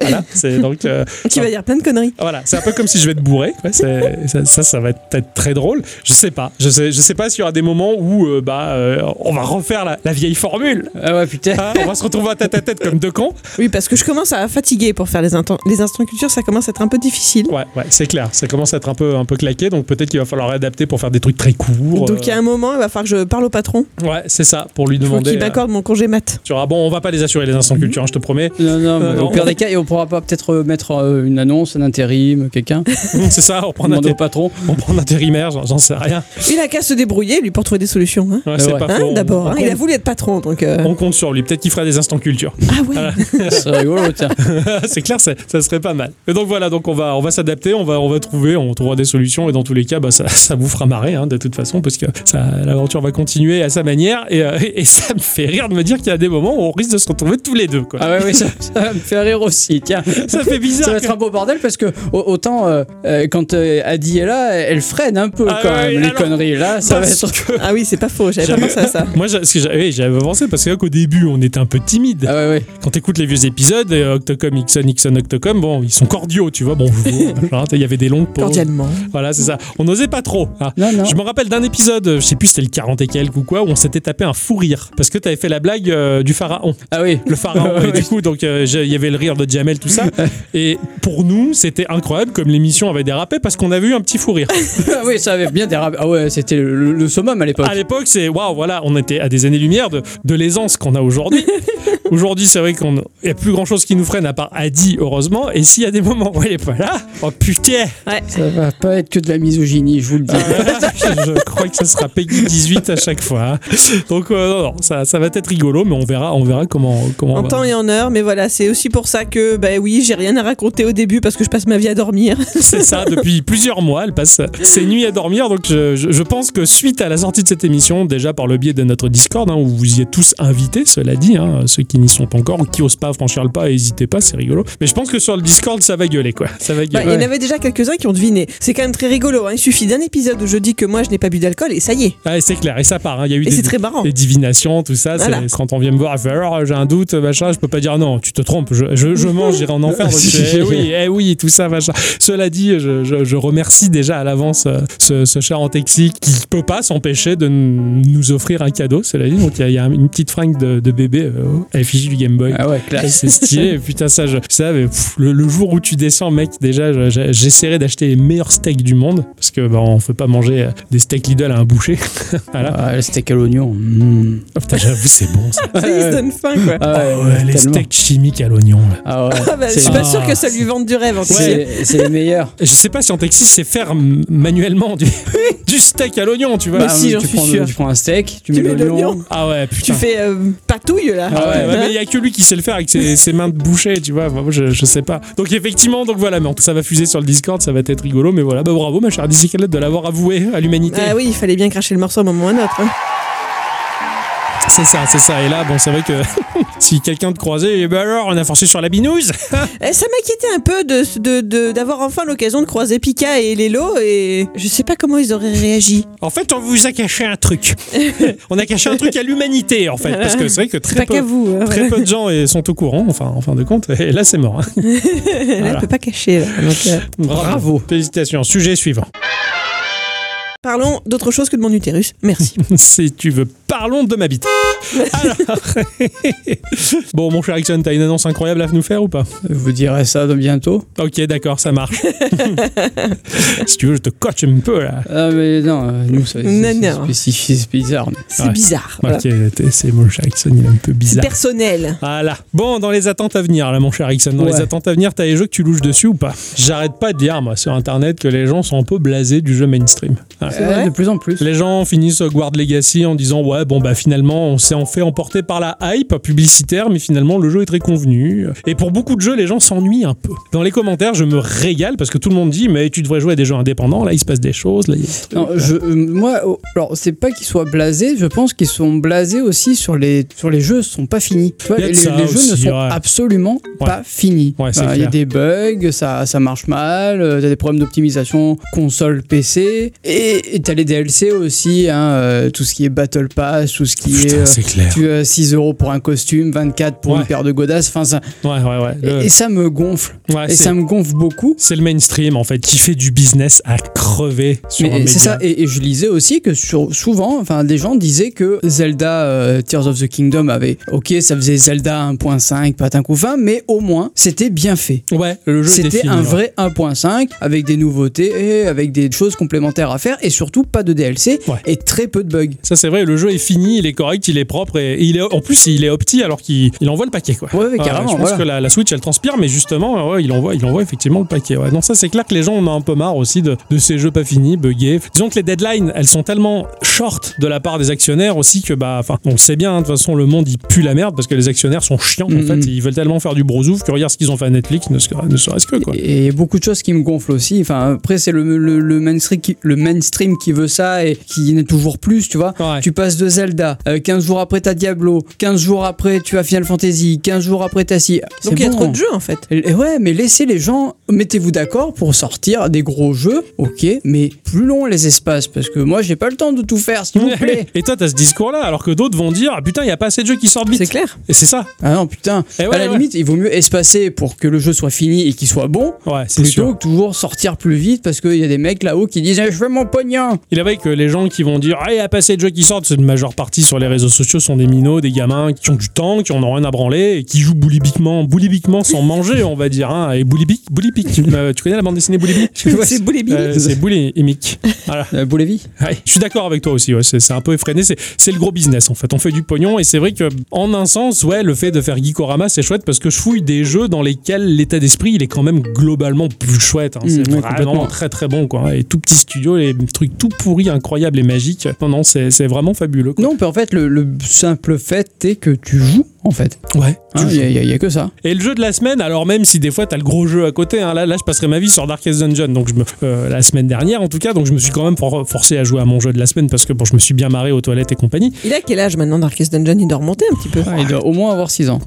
Voilà, c'est donc. euh, ah,
Qui va dire plein de conneries.
Voilà, c'est un peu comme si je vais te bourrer. quoi, c'est- ça, ça, ça va être, peut-être très drôle. Je sais pas. Je sais, je sais pas s'il y aura des moments où euh, bah, euh, on va refaire la, la vieille formule.
Ah ouais, putain.
hein, on va se retrouver à tête à tête comme deux cons.
Oui, parce que je commence à fatiguer pour faire les, inten- les instants culture, ça commence à être un peu difficile.
Ouais, ouais, c'est clair. Ça commence à être un peu, un peu claqué, donc peut-être qu'il va falloir adapter pour faire des trucs très courts.
Donc il y a un moment, il va falloir que je parle au patron.
euh, Ouais, c'est ça, pour lui
Il faut
demander.
qu'il
euh,
m'accorde mon congé mat.
tu auras- bon, on va pas les assurer les instants culture, hein, je te promets.
Non, non, mais
Euh,
au
on-
pire des cas, et on pourra pas peut-être euh, mettre euh, une annonce, un intérim, quelqu'un,
c'est ça, on prend, un
demander au
inté-
patron.
on prend un intérimaire, j'en j'en sais rien.
Il a qu'à se débrouiller, lui, pour trouver des solutions. Hein,
Ouais,
Ah
c'est
ouais.
pas
Hein,
faux, on-
D'abord,
on
hein,
compte-
il a voulu être patron, donc. euh,
on compte sur lui, peut-être qu'il fera des instants culture.
Ah ouais
C'est rigolo, tiens.
c'est clair, ça, ça serait pas mal. Et donc voilà, donc on va, on va s'adapter, on va, on va trouver, on trouvera des solutions et dans tous les cas, bah, ça, ça vous fera marrer hein, de toute façon parce que ça- l'aventure va continuer à sa manière et, euh, et ça me fait rire de me dire qu'il y a des moments où on risque de se retrouver tous les deux. Quoi.
Ah ouais, oui, ça, ça va me fait rire aussi, tiens.
Ça fait bizarre.
Ça va
que-
être un beau bordel parce que au- autant euh, euh, quand euh, Adi est là, elle freine un peu
Ah
quand
ouais,
même les
alors-
conneries. Là, ça va
parce
être.
que-
Ah oui, c'est pas faux, j'avais pas pensé à ça.
Moi, j'a- ce que j'a- oui, j'avais avancé parce que là, qu'au début, on était un peu timide.
Ah ouais, ouais.
Quand t'écoutes les vieux épisodes, euh, Octocom, Ixon, Ixon, Octocom, bon, ils sont cordiaux, tu vois. Bonjour. machin, Il y avait des longues pauses.
Cordialement.
Voilà, c'est ça. On n'osait pas trop. hein.
Non, non.
Je me rappelle d'un épisode, euh, je sais plus c'était le 40 et quelques ou quoi, où on s'était tapé un fou rire parce que t'avais fait la blague euh, du pharaon.
Ah oui.
Le pharaon, et du coup, donc euh, j'ai- il y avait le rire de Jamel, tout ça. Et pour nous, c'était incroyable comme l'émission avait dérapé parce qu'on avait eu un petit fou rire.
Ah oui, ça avait bien dérapé. Ah ouais, c'était le, le summum à l'époque.
À l'époque, c'est waouh, voilà, on était à des années-lumière de, de l'aisance qu'on a aujourd'hui. aujourd'hui, c'est vrai qu'on n'y a plus grand-chose qui nous freine à part Adi, heureusement. Et s'il y a des moments où elle est pas là, oh putain,
Ouais.
Ça va pas être que de la misogynie, je vous le
Ah
dis.
je crois que ça sera Peggy 18 à chaque fois. Donc euh, non, non, ça, ça va être rigolo, mais on verra, on verra comment comment. on
En
va-
temps et en heure, mais voilà, c'est aussi pour ça que, bah oui, j'ai rien à raconter au début parce que je passe ma vie à dormir.
C'est ça, depuis plusieurs mois, elle passe ses nuits à dormir. Donc je, je- je pense que suite à la sortie de cette émission, déjà par le biais de notre Discord, hein, où vous y êtes tous invités, cela dit, hein, ceux qui n'y sont pas encore ou qui osent pas franchir le pas, n'hésitez pas, c'est rigolo. Mais je pense que sur le Discord, ça va gueuler quoi. Ça va
Bah,
gueuler.
Il y en avait déjà quelques-uns qui ont deviné. C'est quand même très rigolo, hein. il suffit d'un épisode où je dis que moi je n'ai pas bu d'alcool et ça y est.
Ouais, c'est clair, et ça part. hein, Il y a eu
Et
des,
c'est très marrant.
les divinations, tout ça.
Voilà.
c'est- Quand on vient me voir, elle fait, alors, j'ai un doute, machin, je peux pas dire non, tu te trompes, je, je, je mange, j'irai en enfer. Donc, je fais, eh oui, eh oui, tout ça, machin. Cela dit, je, je- je remercie déjà à l'avance euh, ce, ce cher en Texique qui peut pas s'empêcher de n- nous offrir un cadeau, cela dit. Donc il y a- il y, a une petite fringue de, de bébé euh, à l'effigie du Game Boy.
Ah ouais, classe.
C'est stylé, putain, ça, je, ça mais, pff, le, le jour où tu descends, mec, déjà, je- je- j'essaierai d'acheter les meilleurs steaks du monde parce que, bah, on peut pas manger euh, des steaks Lidl à un boucher. voilà.
Ah, le steak à l'oignon. mm.
Oh, putain, j'avoue, c'est bon ça.
Ça, il se donne faim quoi.
Ah ouais,
Oh, ouais, les
tellement.
steaks chimiques à l'oignon. là.
Ah ouais.
Ah bah, je
c'est-
suis
Ah,
pas sûre que ça lui vende du rêve en tout cas.
C'est c'est les meilleurs.
Je sais pas si en Texas c'est faire m- manuellement du, du steak à l'oignon, tu vois.
Bah, si, j'en
tu,
suis
prends, le-
sûre.
tu prends un steak, tu,
Tu
mets
mets
l'oignon.
l'oignon.
Ah ouais, putain.
Tu fais Bah euh, patouille là.
Ah
Ouais,
ouais.
ouais, mais il y a que lui qui sait le faire avec ses, ses mains de boucher, tu vois. Enfin, moi, je, je sais pas. Donc effectivement, donc voilà, mais en tout cas, ça va fuser sur le Discord, ça va être rigolo, mais voilà, bah bravo ma chère Disicalette de l'avoir avoué à l'humanité.
Ah oui, il fallait bien cracher le morceau à un moment ou à un autre. hein.
C'est ça, c'est ça. Et là, bon, c'est vrai que si quelqu'un te croisait, eh ben alors, on a forcé sur la binouse.
Eh, Ça m'inquiétait un peu d'avoir de, de, d'avoir enfin l'occasion de croiser Pika et Lelo et je sais pas comment ils auraient réagi.
En fait, on vous a caché un truc. on a caché un truc à l'humanité, en fait, parce que c'est vrai que très
C'est pas
peu-
qu'à vous, hein,
Très peu de gens et sont au courant, enfin, en fin de compte. Et là, c'est mort. hein.
voilà.
voilà.
on peut pas cacher. Là. Donc, euh,
Bravo.
Félicitations. Sujet suivant.
Parlons d'autre chose que de mon utérus. Merci.
Si tu veux, parlons de ma bite. Alors. bon, mon cher Ixon, t'as une annonce incroyable à nous faire ou pas
Je vous dirai ça de bientôt.
Ok, d'accord, ça marche. si tu veux, je te coach un peu là.
Ah mais non, euh, nous ça- c'est
Non,
c'est
non.
spécifique, c'est bizarre. mais-
C'est
Ouais.
bizarre. voilà.
Ok, t'es- c'est mon cher Ixon, il est un peu
C'est
bizarre.
personnel.
Voilà. Bon, dans les attentes à venir, là, mon cher Ixon, dans
Ouais.
les attentes à venir, t'as les jeux que tu louches dessus ou pas J'arrête pas de dire, moi, sur Internet, que les gens sont un peu blasés du jeu mainstream. Voilà.
C'est vrai
de plus en plus.
Les gens finissent Guard Legacy en disant ouais bon bah finalement on s'est en fait emporter par la hype publicitaire mais finalement le jeu est très convenu et pour beaucoup de jeux les gens s'ennuient un peu. Dans les commentaires je me régale parce que tout le monde dit mais tu devrais jouer à des jeux indépendants là il se passe des choses là il y a des trucs.
Non, je, euh, moi, oh, alors c'est pas qu'ils soient blasés, je pense qu'ils sont blasés aussi sur les sur les jeux sont pas finis. Tu vois,
Il y a
les,
de ça
les jeux ne
aussi,
sont
ouais.
absolument
Ouais.
pas finis.
Ouais, c'est
Euh, Il y a
clair.
des bugs, ça ça marche mal, euh, t'as des problèmes d'optimisation console PC et et t'as les DLC aussi, hein, euh, tout ce qui est Battle Pass, passe, tout ce qui
Putain,
est. euh,
c'est clair.
tu as 6 euros pour un costume, 24 pour
Ouais.
une paire de godasses. Enfin, ça-
Ouais, ouais, ouais.
et-
Le-
et ça me gonfle.
ouais,
et
c'est-
ça me gonfle beaucoup.
C'est le mainstream en fait qui fait du business à crever sur un
Mais
média.
c'est ça, et, et je lisais aussi que sur- souvent, enfin, des gens disaient que Zelda euh, Tears of the Kingdom avait, ok, ça faisait Zelda 1.5, patin couffin, mais au moins, c'était bien fait.
Ouais, le jeu était
C'était
fini, hein.
un
ouais.
vrai 1.5 avec des nouveautés et avec des choses complémentaires à faire et surtout pas de DLC
Ouais.
et très peu de bugs.
Ça c'est vrai, le jeu est fini, il est correct, il est propre et et il est en plus il est opti alors qu'il il envoie le paquet quoi.
Ouais, ouais,
Ouais,
carrément.
Ah, je pense
voilà.
que la, la Switch elle transpire, mais justement, euh, ouais, il, envoie, il envoie effectivement le paquet. Ouais. Donc, ça, c'est clair que les gens on a un peu marre aussi de, de ces jeux pas finis, buggés. Disons que les deadlines elles sont tellement short de la part des actionnaires aussi que, bah, enfin, on le sait bien, hein, de toute façon, le monde il pue la merde parce que les actionnaires sont chiants en
Mhm.
fait. Ils veulent tellement faire du brosouf que regarde ce qu'ils ont fait à Netflix, ne serait- ne serait-ce que quoi.
Et il y a beaucoup de choses qui me gonflent aussi. Enfin, après, c'est le, le, le mainstream qui, le mainstream qui veut ça et qui en a toujours plus, tu vois.
Ouais.
Tu passes de Zelda, euh, 15 jours après t'as Diablo, 15 jours après tu as Final Fantasy, 15 jours après t'as si.
Donc il y a trop de jeux en fait.
Et- et Ouais, mais laissez les gens, mettez-vous d'accord pour sortir des gros jeux, ok, mais plus long les espaces, parce que moi j'ai pas le temps de tout faire, s'il vous plaît.
Et toi, t'as ce discours-là, alors que d'autres vont dire ah, Putain, il n'y a pas assez de jeux qui sortent vite.
C'est clair.
Et c'est ça.
Ah non, putain.
Et ouais,
à la
ouais.
limite, il vaut mieux espacer pour que le jeu soit fini et qu'il soit bon,
Ouais, c'est
plutôt
sûr.
que toujours sortir plus vite parce qu'il y a des mecs là-haut qui disent Eh, Je veux mon pognon
Il est vrai que les gens qui vont dire Ah, il y a pas assez de jeux qui sortent, c'est une majeure partie sur les réseaux sociaux, sont des minots, des gamins qui ont du temps, qui en ont rien à branler et qui jouent boulibiquement, boulibiquement sans manger, on va dire. hein. Et boulibic, boulibic, tu, euh, tu connais la bande dessinée boulibic
C'est boule et bille.
Euh, C'est boulimique. Voilà.
Euh, Boulévi
Ouais, je suis d'accord avec toi aussi, ouais, c'est c'est un peu effréné, c'est c'est le gros business en fait, on fait du pognon et c'est vrai que en un sens, ouais, le fait de faire Geekorama c'est chouette parce que je fouille des jeux dans lesquels l'état d'esprit il est quand même globalement plus chouette, hein.
Mmh,
c'est
ouais,
vraiment
complètement.
très très bon quoi, et tout petit studio, les trucs tout pourris, incroyables et magiques, non non c'est c'est vraiment fabuleux quoi.
Non, mais en fait, le, le simple fait est que tu joues, en fait.
Ouais,
Il
tu
y, a- y a- y a que ça.
Et le jeu de la semaine, alors même si des fois t'as le gros jeu à côté, hein, là, là je passerai ma vie sur Darkest Dungeon, donc je me, euh, la semaine dernière en tout cas, donc je me suis quand même for- forcé à jouer à mon jeu de la semaine parce que bon, je me suis bien marré aux toilettes et compagnie.
Il a quel âge maintenant Darkest Dungeon Il doit remonter un petit peu.
Ah, il doit au moins avoir 6 ans.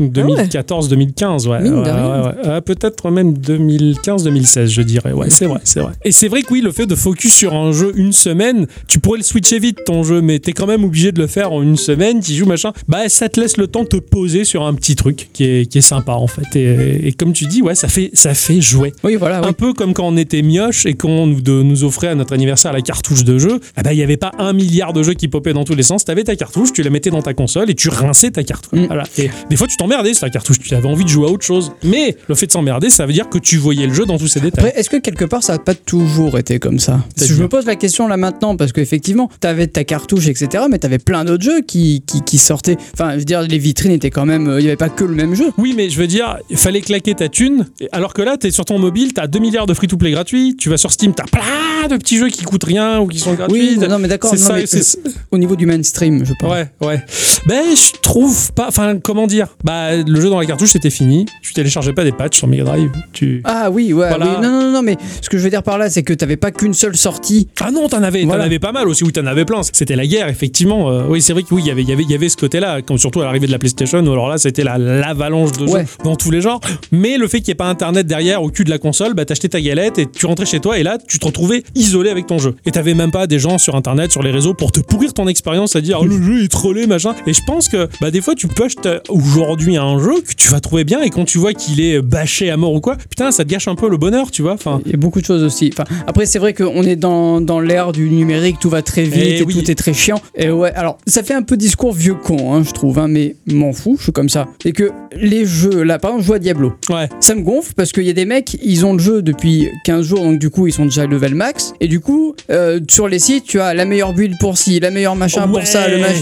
2014-2015, ouais.
Mine de
Ouais,
rien.
ouais, ouais. Ah, Peut-être même 2015-2016, je dirais. Ouais, c'est vrai, c'est vrai. Et c'est vrai que oui, le fait de focus sur un jeu une semaine, tu pourrais le switcher vite ton jeu, mais t'es quand même obligé de le faire en une semaine, tu joues machin. Bah, ça te laisse le temps de te poser sur un petit truc qui est, qui est sympa en fait. Et, et comme tu dis, ouais, ça fait, ça fait jouer.
Oui, voilà, Ah oui.
Un peu comme quand on était mioche et qu'on nous, de- nous offrait à notre anniversaire la cartouche de jeu, ah bah, il n'y avait pas un milliard de jeux qui popaient dans tous les sens. T'avais ta cartouche, tu la mettais dans ta console et tu rinçais ta carte. quoi.
Mm.
Voilà. Et des fois, tu t'emmerdais sur ta cartouche, tu avais envie de jouer à autre chose. Mais le fait de s'emmerder, ça veut dire que tu voyais le jeu dans tous ses détails.
Après, est-ce que quelque part ça n'a pas toujours été comme ça Parce que Je
C'est-à-dire
me pose la question là maintenant parce qu'effectivement, t'avais ta cartouche, etc., mais t'avais plein d'autres jeux qui, qui, qui sortaient. Enfin, je veux dire, les vitrines étaient quand même. euh, Il n'y avait pas que le même jeu.
Oui, mais je veux dire, il fallait claquer ta thune, alors que là, t'es sur ton mobile, t'as 2 milliards de free-to-play gratuits, tu vas sur Steam, t'as plein de petits jeux qui coûtent rien ou qui sont gratuits.
Oui, non, mais d'accord,
c'est
non,
ça,
mais
c'est-
au niveau du mainstream, je pense.
Ouais, ouais. Ben, je trouve pas. Enfin, comment dire Bah, le jeu dans la cartouche, c'était fini. Tu téléchargeais pas des patchs sur Mega Drive. Tu.
Ah oui, ouais,
Voilà.
oui. Non, non, non, mais ce que je veux dire par là, c'est que t'avais pas qu'une seule sortie.
Ah non, t'en avais, t'en
Voilà.
avais pas mal aussi. Oui, t'en avais plein. C'était la guerre, effectivement. Euh, oui, c'est vrai que oui, il y avait- il y avait, il y avait ce côté-là, comme surtout à l'arrivée de la PlayStation. Ou alors là, c'était la l'avalanche de jeux
Ouais.
dans tous les genres. Mais le fait qu'il n'y ait pas Internet derrière au cul de la console, bah t'achetais ta galette et tu rentrais chez toi et là, tu te retrouvais isolé avec ton jeu. Et t'avais même pas des gens sur Internet, sur les réseaux pour te pourrir ton expérience à dire oh, le jeu est trollé machin. Et je pense que bah des fois, tu peux acheter aujourd'hui un jeu que tu vas trouver bien et quand tu vois qu'il est bâché à mort ou quoi, putain, ça te gâche un peu le bonheur, tu vois. Enfin,
Il y a beaucoup de choses aussi. Enfin, après, c'est vrai qu'on est dans, dans l'ère du numérique, tout va très vite
Eh
et,
oui.
tout est très chiant. Et ouais, alors, ça fait un peu discours vieux con, hein, je trouve, hein, mais m'en fous, je suis comme ça. Et que les jeux, là, par exemple, je joue à Diablo.
ouais.
Ça me gonfle parce qu'il y a des mecs, ils ont le jeu depuis 15 jours, donc du coup, ils sont déjà level max. Et du coup, euh, sur les sites, tu as la meilleure build pour ci, la meilleure machin
Ouais.
pour ça, le machin.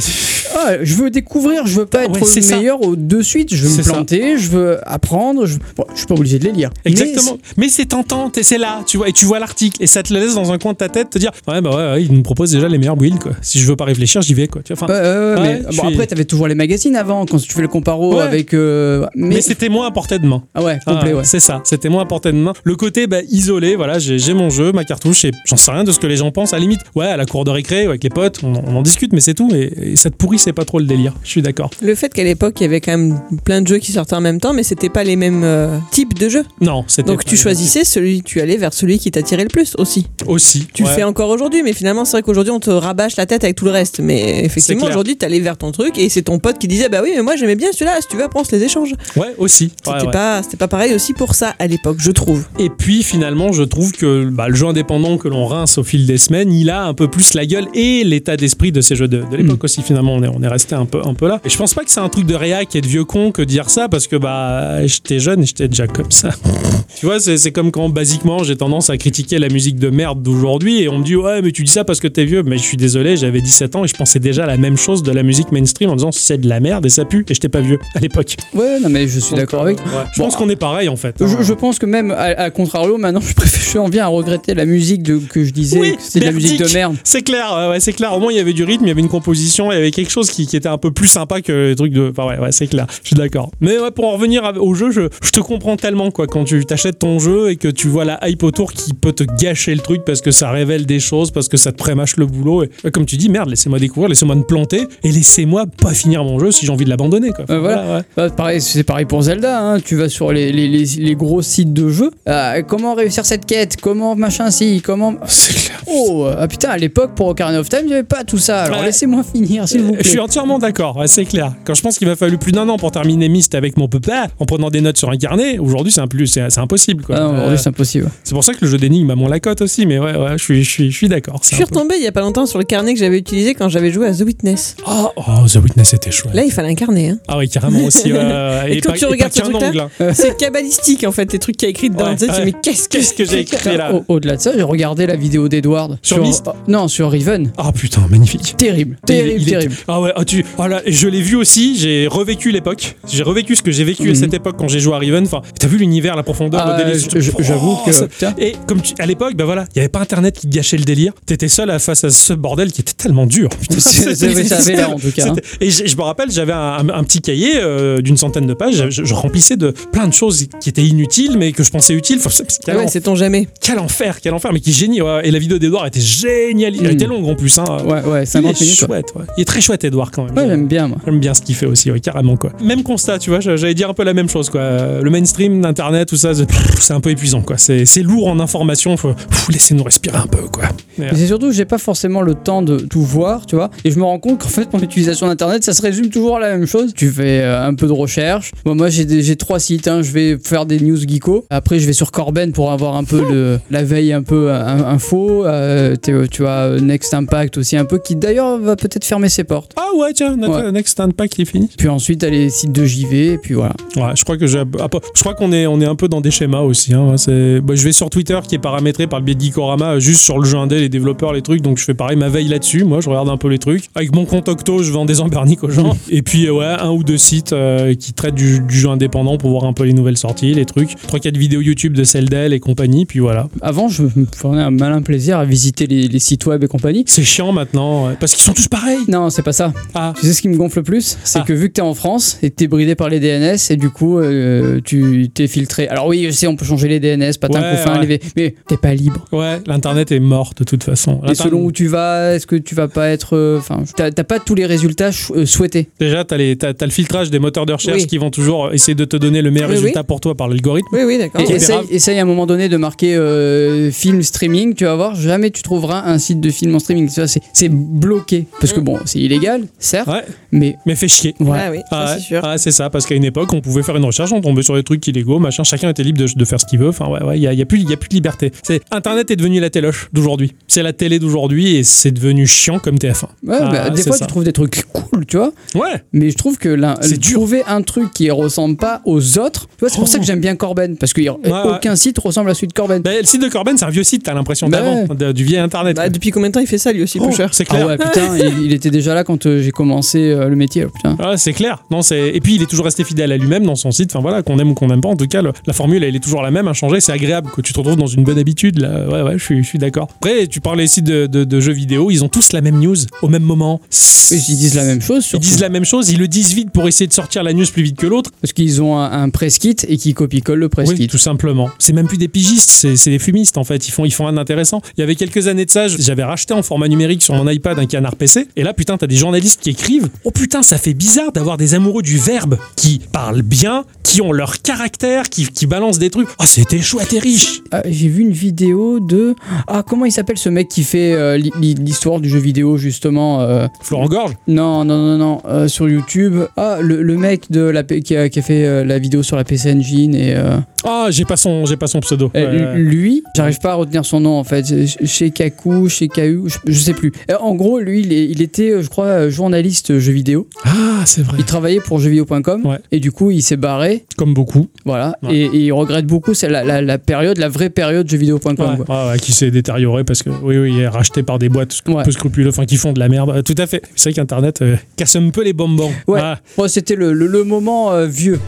Ah, je veux découvrir, je veux pas
Ouais,
être
c'est ça.
meilleur au de suite, je veux
C'est
me
ça.
planter, je veux apprendre, je... Bon, je suis pas obligé de les lire. Mais
Exactement. Mais c'est tentant, et c'est là, tu vois, et tu vois l'article, et ça te le laisse dans un coin de ta tête, te dire, ouais, bah ouais, ouais, il nous propose déjà les meilleurs builds, quoi. Si je veux pas réfléchir, j'y vais, quoi. Tu vois, enfin,
Euh,
Bah, Ouais, ouais, ouais,
Ouais,
mais
je
bon,
suis-
après, t'avais toujours les magazines avant. Quand tu fais le comparo
Ouais.
avec. euh, mais
Mais, c'était moins à portée de main.
ah ouais,
Ah,
complet, ouais.
C'est ça, c'était moins à portée de main. Le côté bah, isolé, voilà, j'ai j'ai mon jeu, ma cartouche, et j'en sais rien de ce que les gens pensent. À la limite, ouais, à la cour de récré, ouais, avec les potes, on, on en discute, mais c'est tout. Et, et ça te pourrit, c'est pas trop le délire. Je suis d'accord.
Le fait qu'à l'époque, il y avait quand même plein de jeux qui sortaient en même temps, mais c'était pas les mêmes euh, types de jeux.
Non, c'était.
Donc
pas-
tu choisissais celui, tu allais vers celui qui t'attirait le plus aussi.
Aussi.
Tu
ouais.
le fais encore aujourd'hui, mais finalement, c'est vrai qu'aujourd'hui, on te rabâche la tête avec tout le reste. Mais effectivement,
clair.
aujourd'hui, t'allais vers ton truc et c'est ton pote qui disait Bah oui, mais moi j'aimais bien celui-là, si tu veux, après on se les échange.
Ouais, aussi. Ouais,
C'était
ouais.
pas, c'était pas pareil aussi pour ça à l'époque, je trouve.
Et puis finalement, je trouve que bah, le jeu indépendant que l'on rince au fil des semaines, il a un peu plus la gueule et l'état d'esprit de ces jeux de, de
Mm.
l'époque aussi. Finalement, on est, on est resté un peu, un peu là. Et je pense pas que c'est un truc de réac et de vieux con que de dire ça parce que bah j'étais jeune, et j'étais déjà comme ça. tu vois, c'est c'est comme quand basiquement j'ai tendance à critiquer la musique de merde d'aujourd'hui et on me dit ouais mais tu dis ça parce que t'es vieux. Mais je suis désolé, j'avais 17 ans et je pensais déjà la même chose de la musique mainstream en disant c'est de la merde et ça pue et j'étais pas vieux à l'époque.
Ouais, non, mais je suis d'accord avec.
Ouais. Je
Bon.
pense qu'on est pareil en fait.
Je, je pense que même à, à contrario, maintenant, je préfère, je en viens à regretter la musique de, que je disais,
Oui,
que c'est de la musique de
merdique.
merde.
C'est clair, ouais, ouais, c'est clair. Au moins, il y avait du rythme, il y avait une composition, il y avait quelque chose qui, qui était un peu plus sympa que les trucs de. Enfin, ouais, ouais, c'est clair. Je suis d'accord. Mais ouais, pour en revenir à- au jeu, je, je te comprends tellement, quoi. Quand tu t'achètes ton jeu et que tu vois la hype autour qui peut te gâcher le truc parce que ça révèle des choses, parce que ça te prémâche le boulot. Et, ouais, comme tu dis, merde, laissez-moi découvrir, laissez-moi me planter et laissez-moi pas finir mon jeu si j'ai envie de l'abandonner, quoi.
Euh, voilà.
ouais.
Bah, pareil, c'est pareil pour Zelda. hein. Tu vas sur les, les- les- les gros sites de jeux. Ah, comment réussir cette quête Comment machin si Comment
C'est clair.
Oh ah, putain, à l'époque pour Ocarina of Time, il n'y avait pas tout ça. Alors
Ouais. Euh,
laissez-moi finir, s'il vous plaît.
Je suis entièrement d'accord, ouais, c'est clair. Quand je pense qu'il m'a fallu plus d'un an pour terminer Myst avec mon papa, en prenant des notes sur un carnet, aujourd'hui c'est un plus- c'est c'est impossible. quoi.
Ah non,
Euh,
aujourd'hui c'est impossible.
c'est pour ça que le jeu d'énigmes a mon la cote aussi, mais ouais, ouais, je suis, je suis, je suis d'accord.
Je
c'est
suis
un peu-
retombée il y a pas longtemps sur le carnet que j'avais utilisé quand j'avais joué à The Witness.
Oh, oh, The Witness était chouette.
Là, il fallait un carnet. hein.
Ah oui, carrément aussi. ouais, ouais, ouais.
Et quand tu regardes ce
qu'un
truc-là,
ongle, hein.
C'est cabalistique en fait, les trucs qu'il y a écrit dedans.
Ouais,
Tu sais, tu
ouais.
dis, mais qu'est-ce que.
Qu'est-ce que j'ai écrit là
Au- Au-delà de ça, j'ai regardé la vidéo d'Edward.
Sur Myst
Non, sur Riven.
Ah putain, magnifique.
Terrible,
Il est-
terrible,
il est-
terrible.
Ah ouais, ah, tu, ah là, je l'ai vu aussi, j'ai revécu l'époque. J'ai revécu ce que j'ai vécu à
Mhm.
cette époque quand j'ai joué à Riven. Enfin, t'as vu l'univers, la profondeur,
Ah,
le délire.
je- je- J'avoue
Oh,
que.
ça-
putain.
Et comme tu- à l'époque, bah voilà, il y avait pas internet qui gâchait le délire. T'étais seul à- face à ce bordel qui était tellement dur. Putain,
C'est-
c'était-
ça avait l'air, en tout cas, hein.
c'était- Et je, je me rappelle, j'avais un, un- un petit cahier euh, d'une centaine de pages. Je, je remplissais de plein de choses qui étaient inutiles, mais que je pensais utiles. Enfin, c'est- quel,
Ah ouais,
en-
sait-on jamais.
quel enfer, quel enfer, mais qui génie. ouais. Et la vidéo d'Edouard était géniale. Elle
Mm.
était longue en plus. Hein.
Ouais, ouais,
Il
50
est
minutes. ouais.
chouette, ouais. Il est très chouette, Edouard, quand même.
Ouais, j'aime bien, moi.
J'aime bien ce qu'il fait aussi, ouais, carrément quoi. Même constat, tu vois, j'allais dire un peu la même chose quoi. Euh, Le mainstream, l'internet, tout ça, c'est pff, c'est un peu épuisant quoi. C'est c'est lourd en information, faut pff, laissez-nous respirer un peu quoi. Mais, euh,
Mais c'est surtout que j'ai pas forcément le temps de tout voir, tu vois. Et je me rends compte qu'en fait, mon utilisation d'Internet, ça se résume toujours à la même chose. Tu fais euh, un peu de recherche. Bon, moi, j'ai des- j'ai trois sites. hein. Je vais faire des news geeko. Après, je vais sur Corben pour avoir un peu de la veille un peu euh, info. Euh, t'es, euh, tu vois, euh, Next Impact aussi un peu, qui d'ailleurs va peut-être fermer ses portes.
Ah ouais, tiens, notre
Ouais.
Next Stand Pack il est fini.
Puis ensuite, t'as les sites de JV, et puis voilà.
Ouais, je crois que j'ai- ah, pas- je crois qu'on est, on est un peu dans des schémas aussi. hein. C'est- bah, je vais sur Twitter qui est paramétré par le biais de Geekorama, euh, juste sur le jeu indé, les développeurs, les trucs. Donc je fais pareil, ma veille là-dessus. Moi, je regarde un peu les trucs. Avec mon compte Octo, je vends des emberniques aux gens. Et puis euh, ouais, un ou deux sites euh, qui traitent du, du jeu indépendant pour voir un peu les nouvelles sorties, les trucs. Trois quatre vidéos YouTube de Celdel et compagnie. Puis voilà.
Avant, je me prenais un malin plaisir à visiter les, les sites web et compagnie.
C'est chiant maintenant ouais, parce qu'ils sont tous pareils.
Non, c'est pas ça.
Ah.
Tu sais ce qui me gonfle le plus C'est
Ah.
que vu que t'es en France et que t'es bridé par les DNS et du coup euh, tu t'es filtré. Alors oui, je sais, on peut changer les DNS, patin,
Ouais,
confin,
ouais.
les V- mais t'es pas libre.
Ouais, l'internet est mort de toute façon.
Et
L'internet-
selon où tu vas, est-ce que tu vas pas être. euh, Enfin, t'as t'as pas tous les résultats chou- euh, souhaités.
Déjà, t'as les- t'as- t'as le filtrage des moteurs de recherche
Oui.
qui vont toujours essayer de te donner le meilleur
Oui, oui.
résultat pour toi par l'algorithme.
Oui, oui, d'accord.
Et-
Et
Opéra.
essaye, essaye à un moment donné de marquer euh, film streaming, tu vas voir, jamais tu trouveras un site de film en streaming. Tu vois, C'est c'est bloqué. Parce
Mm.
que bon, c'est illégal, certes,
Ouais,
mais.
mais fait chier.
Voilà.
Ah oui, ça,
Ah, ouais.
c'est sûr.
Ah, c'est ça, parce qu'à une époque, on pouvait faire une recherche, on tombait sur des trucs illégaux, machin, chacun était libre de, de faire ce qu'il veut, enfin, ouais, ouais, il n'y a, y a plus y a plus de liberté. C'est Internet est devenu la téloche d'aujourd'hui. C'est la télé d'aujourd'hui et c'est devenu chiant comme TF1.
Ouais,
Ah,
bah, des
c'est
fois
ça.
tu trouves des trucs cool, tu vois.
Ouais,
Mais je trouve que là,
C'est dur.
trouver un truc qui ressemble pas aux autres, tu vois, c'est pour
Oh.
ça que j'aime bien Corben, parce que y a-
ouais.
aucun site ressemble à celui de Corben.
Bah, le site de Corben, c'est un vieux site, t'as l'impression
Bah
d'avant,
ouais.
de- du vieil Internet.
Bah, depuis combien de temps il fait ça lui aussi,
Oh,
Pusher
c'est
Ah
clair.
ouais, putain, il, il était déjà là quand euh, j'ai commencé euh, le métier. oh, putain.
Ah, c'est clair. Non, c'est et puis il est toujours resté fidèle à lui-même dans son site. Enfin voilà, qu'on aime ou qu'on n'aime pas, en tout cas le- la formule elle est toujours la même, inchangée. C'est agréable que tu te retrouves dans une bonne habitude. Là. Ouais ouais, je suis, je suis d'accord. Après, tu parlais ici de, de- de jeux vidéo, ils ont tous la même news au même moment.
Ils disent la même chose,
Ils
surtout.
disent la même chose, ils le disent pisse vite pour essayer de sortir la news plus vite que l'autre.
Parce qu'ils ont un, un press kit et qu'ils copie-collent le press
Oui,
kit.
tout simplement. C'est même plus des pigistes, c'est c'est des fumistes en fait. Ils font, ils font un intéressant. Il y avait quelques années de ça, j- j'avais racheté en format numérique sur mon iPad un canard PC. Et là, putain, t'as des journalistes qui écrivent. Oh putain, ça fait bizarre d'avoir des amoureux du verbe qui parlent bien, qui ont leur caractère, qui, qui balancent des trucs. Oh, c'était chouette et riche.
Ah, J'ai vu une vidéo de. Ah, comment il s'appelle ce mec qui fait euh, li- li- l'histoire du jeu vidéo, justement euh,
Florent Gorge.
Non, non, non, non, euh, sur YouTube. Ah, le, le mec de la, P- qui, a, qui a fait euh, la vidéo sur la PC Engine et. euh,
Ah, j'ai pas son, j'ai pas son pseudo.
Euh,
Ouais, ouais.
Lui, j'arrive pas à retenir son nom en fait. Chez Kaku, chez Kau, je, je sais plus. Euh, En gros, lui, il, est- il était, euh, je crois, euh, journaliste euh, jeux vidéo.
Ah, c'est vrai.
Il travaillait pour jeuxvideo.com
Ouais.
et du coup, il s'est barré.
Comme beaucoup.
Voilà.
Ouais.
Et, et il regrette beaucoup c'est la, la- la période, la vraie période jeuxvideo.com.
Ouais,
quoi.
ouais, ouais, qui s'est détérioré parce que oui, oui, il est racheté par des boîtes un
Ouais.
peu scrupuleuses, enfin qui font de la merde. Euh, Tout à fait. C'est vrai qu'Internet euh, casse un peu les bonbons.
Ouais.
Ah,
Bon, C'était le, le- le moment euh, vieux.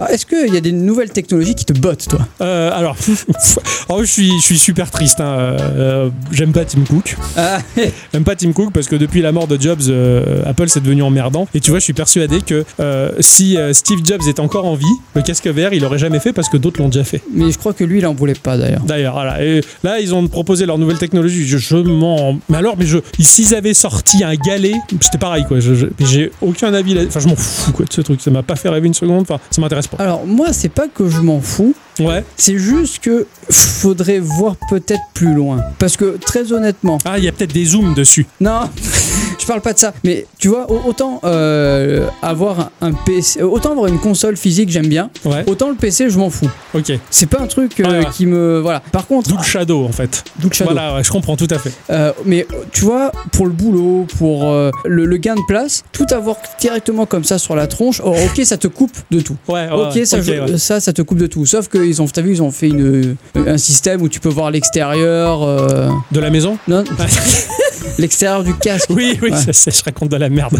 Ah, qu'il y a des nouvelles technologies qui te bottent, toi
Euh, alors, alors, je suis, je suis super triste. hein, euh, euh, J'aime pas Tim Cook.
Ah,
J'aime pas Tim Cook parce que depuis la mort de Jobs, euh, Apple c'est devenu emmerdant. Et tu vois, je suis persuadé que euh, si euh, Steve Jobs était encore en vie, le casque vert, il aurait jamais fait parce que d'autres l'ont déjà fait.
Mais je crois que lui, il en voulait pas d'ailleurs.
D'ailleurs, voilà. Et là, ils ont proposé leur nouvelle technologie. Je, je m'en. Mais alors, mais je. S'ils avaient sorti un galet, c'était pareil, quoi. Je- je- mais J'ai aucun avis. là- Enfin, je m'en fous, quoi, de ce truc. Ça m'a pas fait rêver une seconde. Enfin, ça m'intéresse pas.
Alors, moi, c'est pas que je m'en fous.
Ouais.
C'est juste que faudrait voir peut-être plus loin. Parce que très honnêtement,
Ah, il y a peut-être des zooms dessus.
non, je parle pas de ça. Mais tu vois, au- autant euh, avoir un PC, autant avoir une console physique, j'aime bien.
Ouais.
Autant le PC, je m'en fous.
Ok.
C'est pas un truc euh,
Ouais, ouais.
qui me voilà. Par contre,
D'où le shadow, en fait.
Doug Shadow.
Voilà, ouais, je comprends tout à fait.
Euh, mais tu vois, pour le boulot, pour euh, le, le gain de place, tout avoir directement comme ça sur la tronche. oh, ok, ça te coupe de tout.
Ah Ouais. ouais,
Ok, ça, je-
ouais.
ça, ça te coupe de tout. Sauf que ils ont, t'as vu, ils ont fait une, un système où tu peux voir l'extérieur, euh,
De la maison.
non,
Ah,
l'extérieur du casque.
oui, oui,
Ouais.
ça, ça, je raconte de la merde.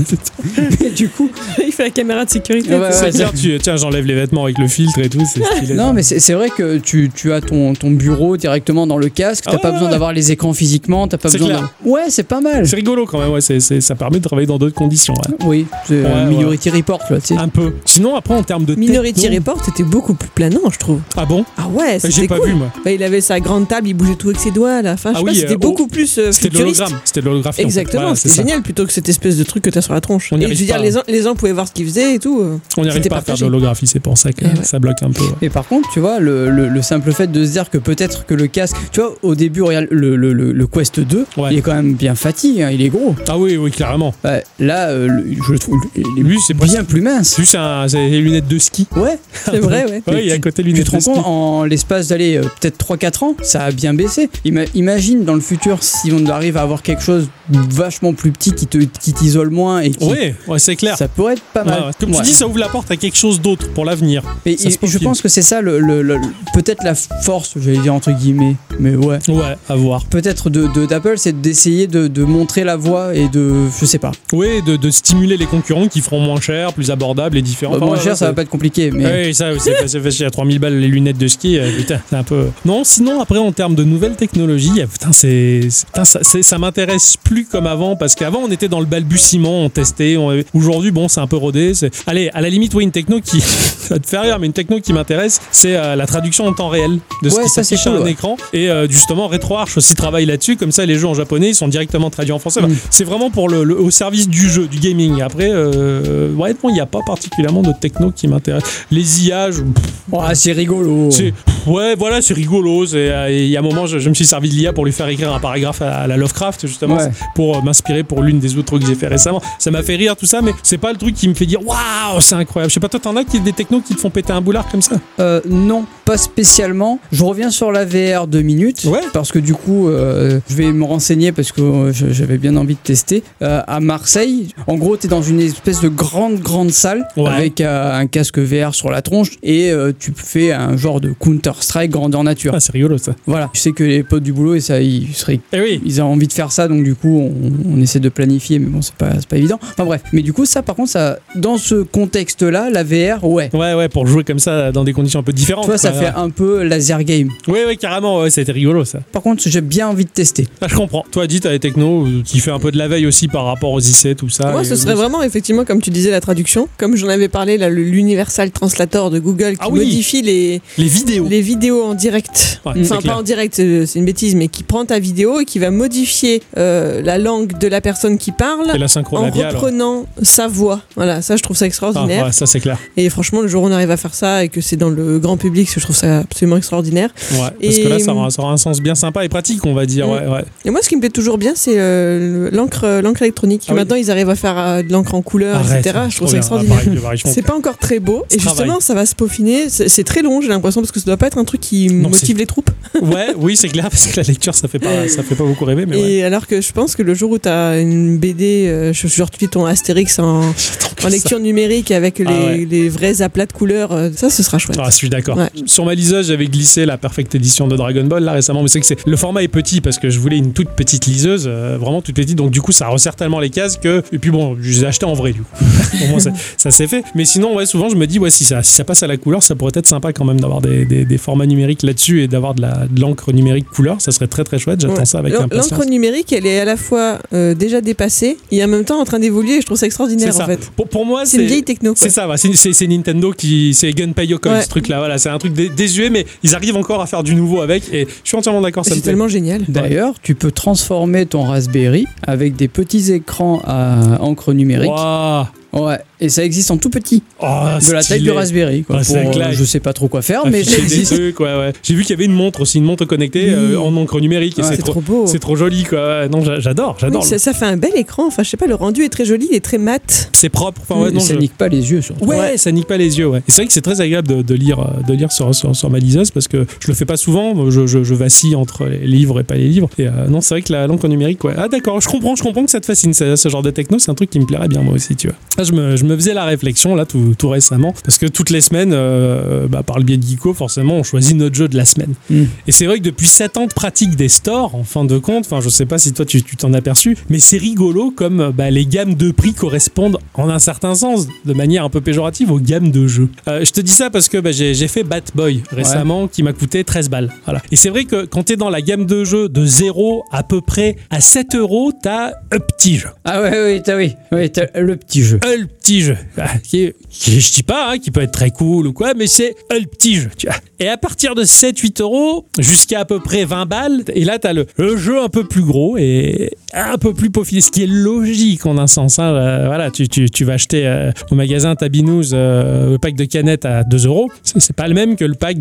Mais du coup,
Il fait la caméra de sécurité.
Ouais, ouais,
C'est
ouais.
bien, tu- tiens, j'enlève les vêtements avec le filtre et tout, c'est stylé.
non, mais c'est c'est vrai que tu, tu as ton, ton bureau directement dans le casque. T'as
Ah
pas
ouais,
besoin
ouais.
d'avoir les écrans physiquement. T'as pas
C'est
besoin.
clair.
d'un- Ouais, c'est pas mal.
C'est rigolo quand même, ouais, c'est- c'est- ça permet de travailler dans d'autres conditions. ouais.
Oui, c'est
Ouais, Ah.
euh, Minority Report, là, tu sais.
Un peu. Sinon, après, en termes de.
Minority
techno-
Report était beaucoup plus planant, je trouve.
Ah bon
Ah ouais, c'était
J'ai pas
cool.
vu, moi.
Bah, il avait sa grande table, il bougeait tout avec ses doigts là. Enfin, je
Ah
sais pas,
oui,
c'était
euh,
beaucoup plus euh,
C'était de
futuriste.
l'hologramme, c'était de l'holographie. en fait.
Exactement,
Voilà, c'est
c'était
ça.
génial plutôt que cette espèce de truc que t'as sur la tronche.
On n'y
Et je veux
arrive
dire,
pas.
les gens, les gens pouvaient voir ce qu'ils faisaient et tout. euh.
On n'arrive
C'était
pas à faire de
partagé.
l'holographie, c'est pour ça que
Eh ouais.
ça bloque un peu. ouais.
Et par contre, tu vois, le, le- le simple fait de se dire que peut-être que le casque. Tu vois, au début, regarde, le, le- le- le Quest 2,
Ouais.
il est quand même bien fatigué, hein, il est gros.
Ah oui, oui, clairement.
Ouais, là, euh, le- je le trouve il est
Lui, c'est presque-
bien plus mince.
Lui, c'est un- c'est des lunettes de ski.
Ouais,
C'est vrai, ouais.
Ouais, il est à côté des
tu
lunettes
te rends
de ski.
compte, en l'espace d'aller euh, peut-être 3-4 ans, ça a bien baissé. Ima- imagine dans le futur si on arrive à avoir quelque chose vachement plus petit qui te qui t'isole moins et qui.
Ouais, ouais, c'est clair.
Ça pourrait être pas mal.
Ouais, ouais. Comme
Ouais.
tu dis, ça ouvre la porte à quelque chose d'autre pour l'avenir.
Mais
ça se
je
profile.
pense que c'est ça, le, le- le- le- peut-être la force, j'allais dire entre guillemets, mais ouais.
Ouais, à voir.
peut-être de de- d'Apple, c'est d'essayer de, de montrer la voie et de, je sais pas,
Oui, de, de stimuler les concurrents qui feront moins cher, plus abordables et différents.
Bah,
Enfin,
moins
ouais,
cher,
ouais,
ça va pas être compliqué, mais
Oui, ça, c'est pas- c'est facile à 3000 balles les lunettes de ski, euh, putain, c'est un peu. Non, sinon, après, en termes de nouvelles technologies, euh, putain, c'est, c'est- putain, ça, c'est- ça m'intéresse plus comme avant, parce qu'avant, on était dans le balbutiement, on testait. on avait- Aujourd'hui, bon, c'est un peu rodé. c'est- Allez, à la limite, oui, une techno qui. ça va te faire rire, mais une techno qui m'intéresse, c'est euh, la traduction en temps réel de ce
Ouais,
qui
ça, c'est
s'affiche sur
cool,
un
ouais.
écran. Et euh, justement, RetroArch aussi travaille là-dessus, comme ça, les jeux en japonais, ils sont directement traduits en français. Enfin,
Mm.
C'est vraiment pour le, le- au service du jeu, du gaming. Après, euh, ouais, bon, il n'y a pas particulièrement de techno qui m'intéresse. Les IA, je- pff,
Ouah, c'est rigolo.
c'est- pff, ouais, voilà, c'est rigolo. c'est, euh, Il y a un moment, je, je me suis servi de l'IA pour lui faire écrire un paragraphe à, à la Lovecraft, justement,
Ouais.
pour euh, m'inspirer pour l'une des autres trucs que j'ai fait récemment. Ça m'a fait rire tout ça, mais c'est pas le truc qui me fait dire waouh, c'est incroyable. Je sais pas, toi, t'en as qui des technos qui te font péter un boulard comme ça
Euh, non, pas spécialement. Je reviens sur la VR deux minutes.
Ouais.
Parce que du coup, euh, je vais me renseigner parce que euh, je- j'avais bien envie de tester. Euh, à Marseille, en gros, t'es dans une espèce de grande, grande salle
Ouais.
avec euh, un casque VR sur la tronche et euh, tu fais un genre de Counter-Strike grandeur nature.
Ah, c'est rigolo ça.
Voilà. Je sais que les potes du boulot, et ça, ils seraient
Eh oui,
ils ont envie de faire ça, donc du coup, on, on essaie de planifier, mais bon, c'est pas, c'est pas évident. Enfin bref, mais du coup, ça, par contre, ça, dans ce contexte-là, la VR, ouais.
Ouais, ouais, pour jouer comme ça dans des conditions un peu différentes.
Tu vois, ça
quoi.
fait un peu laser game.
Ouais, ouais, carrément, ouais, ça a été rigolo ça.
Par contre, j'ai bien envie de tester.
Ah, je comprends. Toi, dit, t'as les technos euh, qui fait un peu de la veille aussi par rapport aux IC, tout ça.
Moi,
Et,
ce serait
euh,
vraiment, effectivement, comme tu disais, la traduction. Comme j'en avais parlé, là, le- l'Universal Translator de Google qui
Ah oui.
modifie les,
Les vidéos.
les vidéos en direct.
Ouais,
Mm.
c'est
Enfin,
clair.
pas en direct, c'est c'est une bêtise, mais qui prend ta vidéo et qui va modifier euh, la langue de la personne qui parle
Et la synchro
en
labiale.
reprenant sa voix. Voilà, ça, je trouve ça
Ah,
extraordinaire.
ouais, ça c'est clair.
Et franchement, le jour où on arrive à faire ça et que c'est dans le grand public, je trouve ça absolument extraordinaire.
Ouais, parce que
Et-
là, ça aura, ça aura un sens bien sympa et pratique, on va dire.
Mm.
Ouais, ouais.
Et moi, ce qui me plaît toujours bien, c'est euh, le- l'encre euh, l'encre électronique.
Ah oui.
Maintenant, ils arrivent à faire euh, de l'encre en couleur,
Arrête,
etc. Je
trop
trouve ça
bien.
extraordinaire.
Ah, pareil, le variation.
C'est pas encore très beau
Ce
et justement
travail.
ça va se peaufiner. C'est c'est très long, j'ai l'impression, parce que ça doit pas être un truc qui
Non, c'est-
motive les troupes.
ouais, oui, c'est clair parce que la lecture, ça fait pas, ça fait pas beaucoup rêver, mais
et
ouais.
alors que que je pense que le jour où t'as une BD, euh, je- genre tu lis ton Astérix en, en lecture numérique avec les,
Ah ouais.
les vrais aplats de couleurs, euh, ça, ce sera chouette.
Ah, je suis d'accord.
Ouais.
Sur ma liseuse, j'avais glissé la Perfect Edition de Dragon Ball là récemment, mais c'est que c'est le format est petit parce que je voulais une toute petite liseuse, euh, vraiment toute petite. Donc du coup, ça resserre tellement les cases que et puis bon, je les ai achetées en vrai du coup. Au moins, ça, ça s'est fait. Mais sinon, ouais, souvent je me dis ouais, si ça, si ça passe à la couleur, ça pourrait être sympa quand même d'avoir des, des- des formats numériques là-dessus et d'avoir de la- de l'encre numérique couleur. Ça serait très très chouette. J'attends
Ouais.
ça avec
L'en-
impatience.
L'encre numérique, elle est à la fois euh, déjà dépassée et en même temps en train d'évoluer. et Je trouve ça
C'est
extraordinaire
ça.
en fait.
Pour, pour moi,
C'est une vieille techno. quoi.
C'est ça, ouais. c'est c'est- c'est Nintendo qui. C'est Gunpei Yokoi,
Ouais.
ce truc-là. Voilà, c'est un truc dé- désuet, mais ils arrivent encore à faire du nouveau avec. Et je suis entièrement d'accord, ça me
C'est
plaît.
tellement génial.
D'ailleurs, tu peux transformer ton Raspberry avec des petits écrans à encre numérique.
Waouh.
Ouais, et ça existe en tout petit,
Oh,
de la taille
stylé.
du Raspberry. Quoi,
Ah,
pour,
c'est
euh,
claque.
je sais pas trop quoi faire, mais ça
Afficher des
existe.
trucs, ouais, ouais. J'ai vu qu'il y avait une montre aussi, une montre connectée euh,
Oui.
en encre numérique. et
Ouais.
c'est
Ah, C'est trop
trop,
beau.
c'est trop joli, quoi. Ouais, Non, j'a- j'adore, j'adore.
Oui, ça, ça fait un bel écran. Enfin, je sais pas, le rendu est très joli, il est très mat.
C'est propre. Enfin, ouais,
Et
non,
ça
je-
nique pas les yeux surtout.
Ouais, ça nique pas les yeux. Ouais. Et c'est vrai que c'est très agréable de, de lire, euh, de lire sur, sur, sur ma liseuse parce que je le fais pas souvent. Je, je, je vacille entre les livres et pas les livres. Et euh, non, c'est vrai que la langue en numérique, ouais. Ah d'accord, je comprends, je comprends que ça te fascine. Ce, ce genre de techno, c'est un truc qui me plairait bien moi aussi, tu vois. Ah, je, me, je me faisais la réflexion là tout, tout récemment parce que toutes les semaines, euh, bah, par le biais de Geeko, forcément, on choisit notre jeu de la semaine.
Mm.
Et c'est vrai que depuis 7 ans de pratique des stores, en fin de compte, enfin je sais pas si toi tu tu t'en aperçus, mais c'est rigolo comme euh, bah, les gammes de prix correspondent en un certain sens, de manière un peu péjorative, aux gammes de jeux. Euh, je te dis ça parce que bah, j'ai j'ai fait Bat Boy récemment qui m'a coûté 13 balles. Voilà. Et c'est vrai que quand t'es dans la gamme de jeux de 0 à peu près à 7 euros, t'as un petit jeu.
Ah ouais, ouais, t'as oui, ouais, t'as le petit jeu.
Un petit jeu. Ah, Qui est- qui- je dis pas, hein, qui peut être très cool ou quoi, mais c'est un petit jeu. Tu vois. Et à partir de 7-8 euros, jusqu'à à peu près 20 balles, et là, t'as le, le jeu un peu plus gros et un peu plus peaufiné, ce qui est logique en un sens. hein. Euh, voilà, tu, tu- tu vas acheter euh, au magasin Tabinous euh, le pack de canettes à 2 euros. C'est c'est pas le même que le pack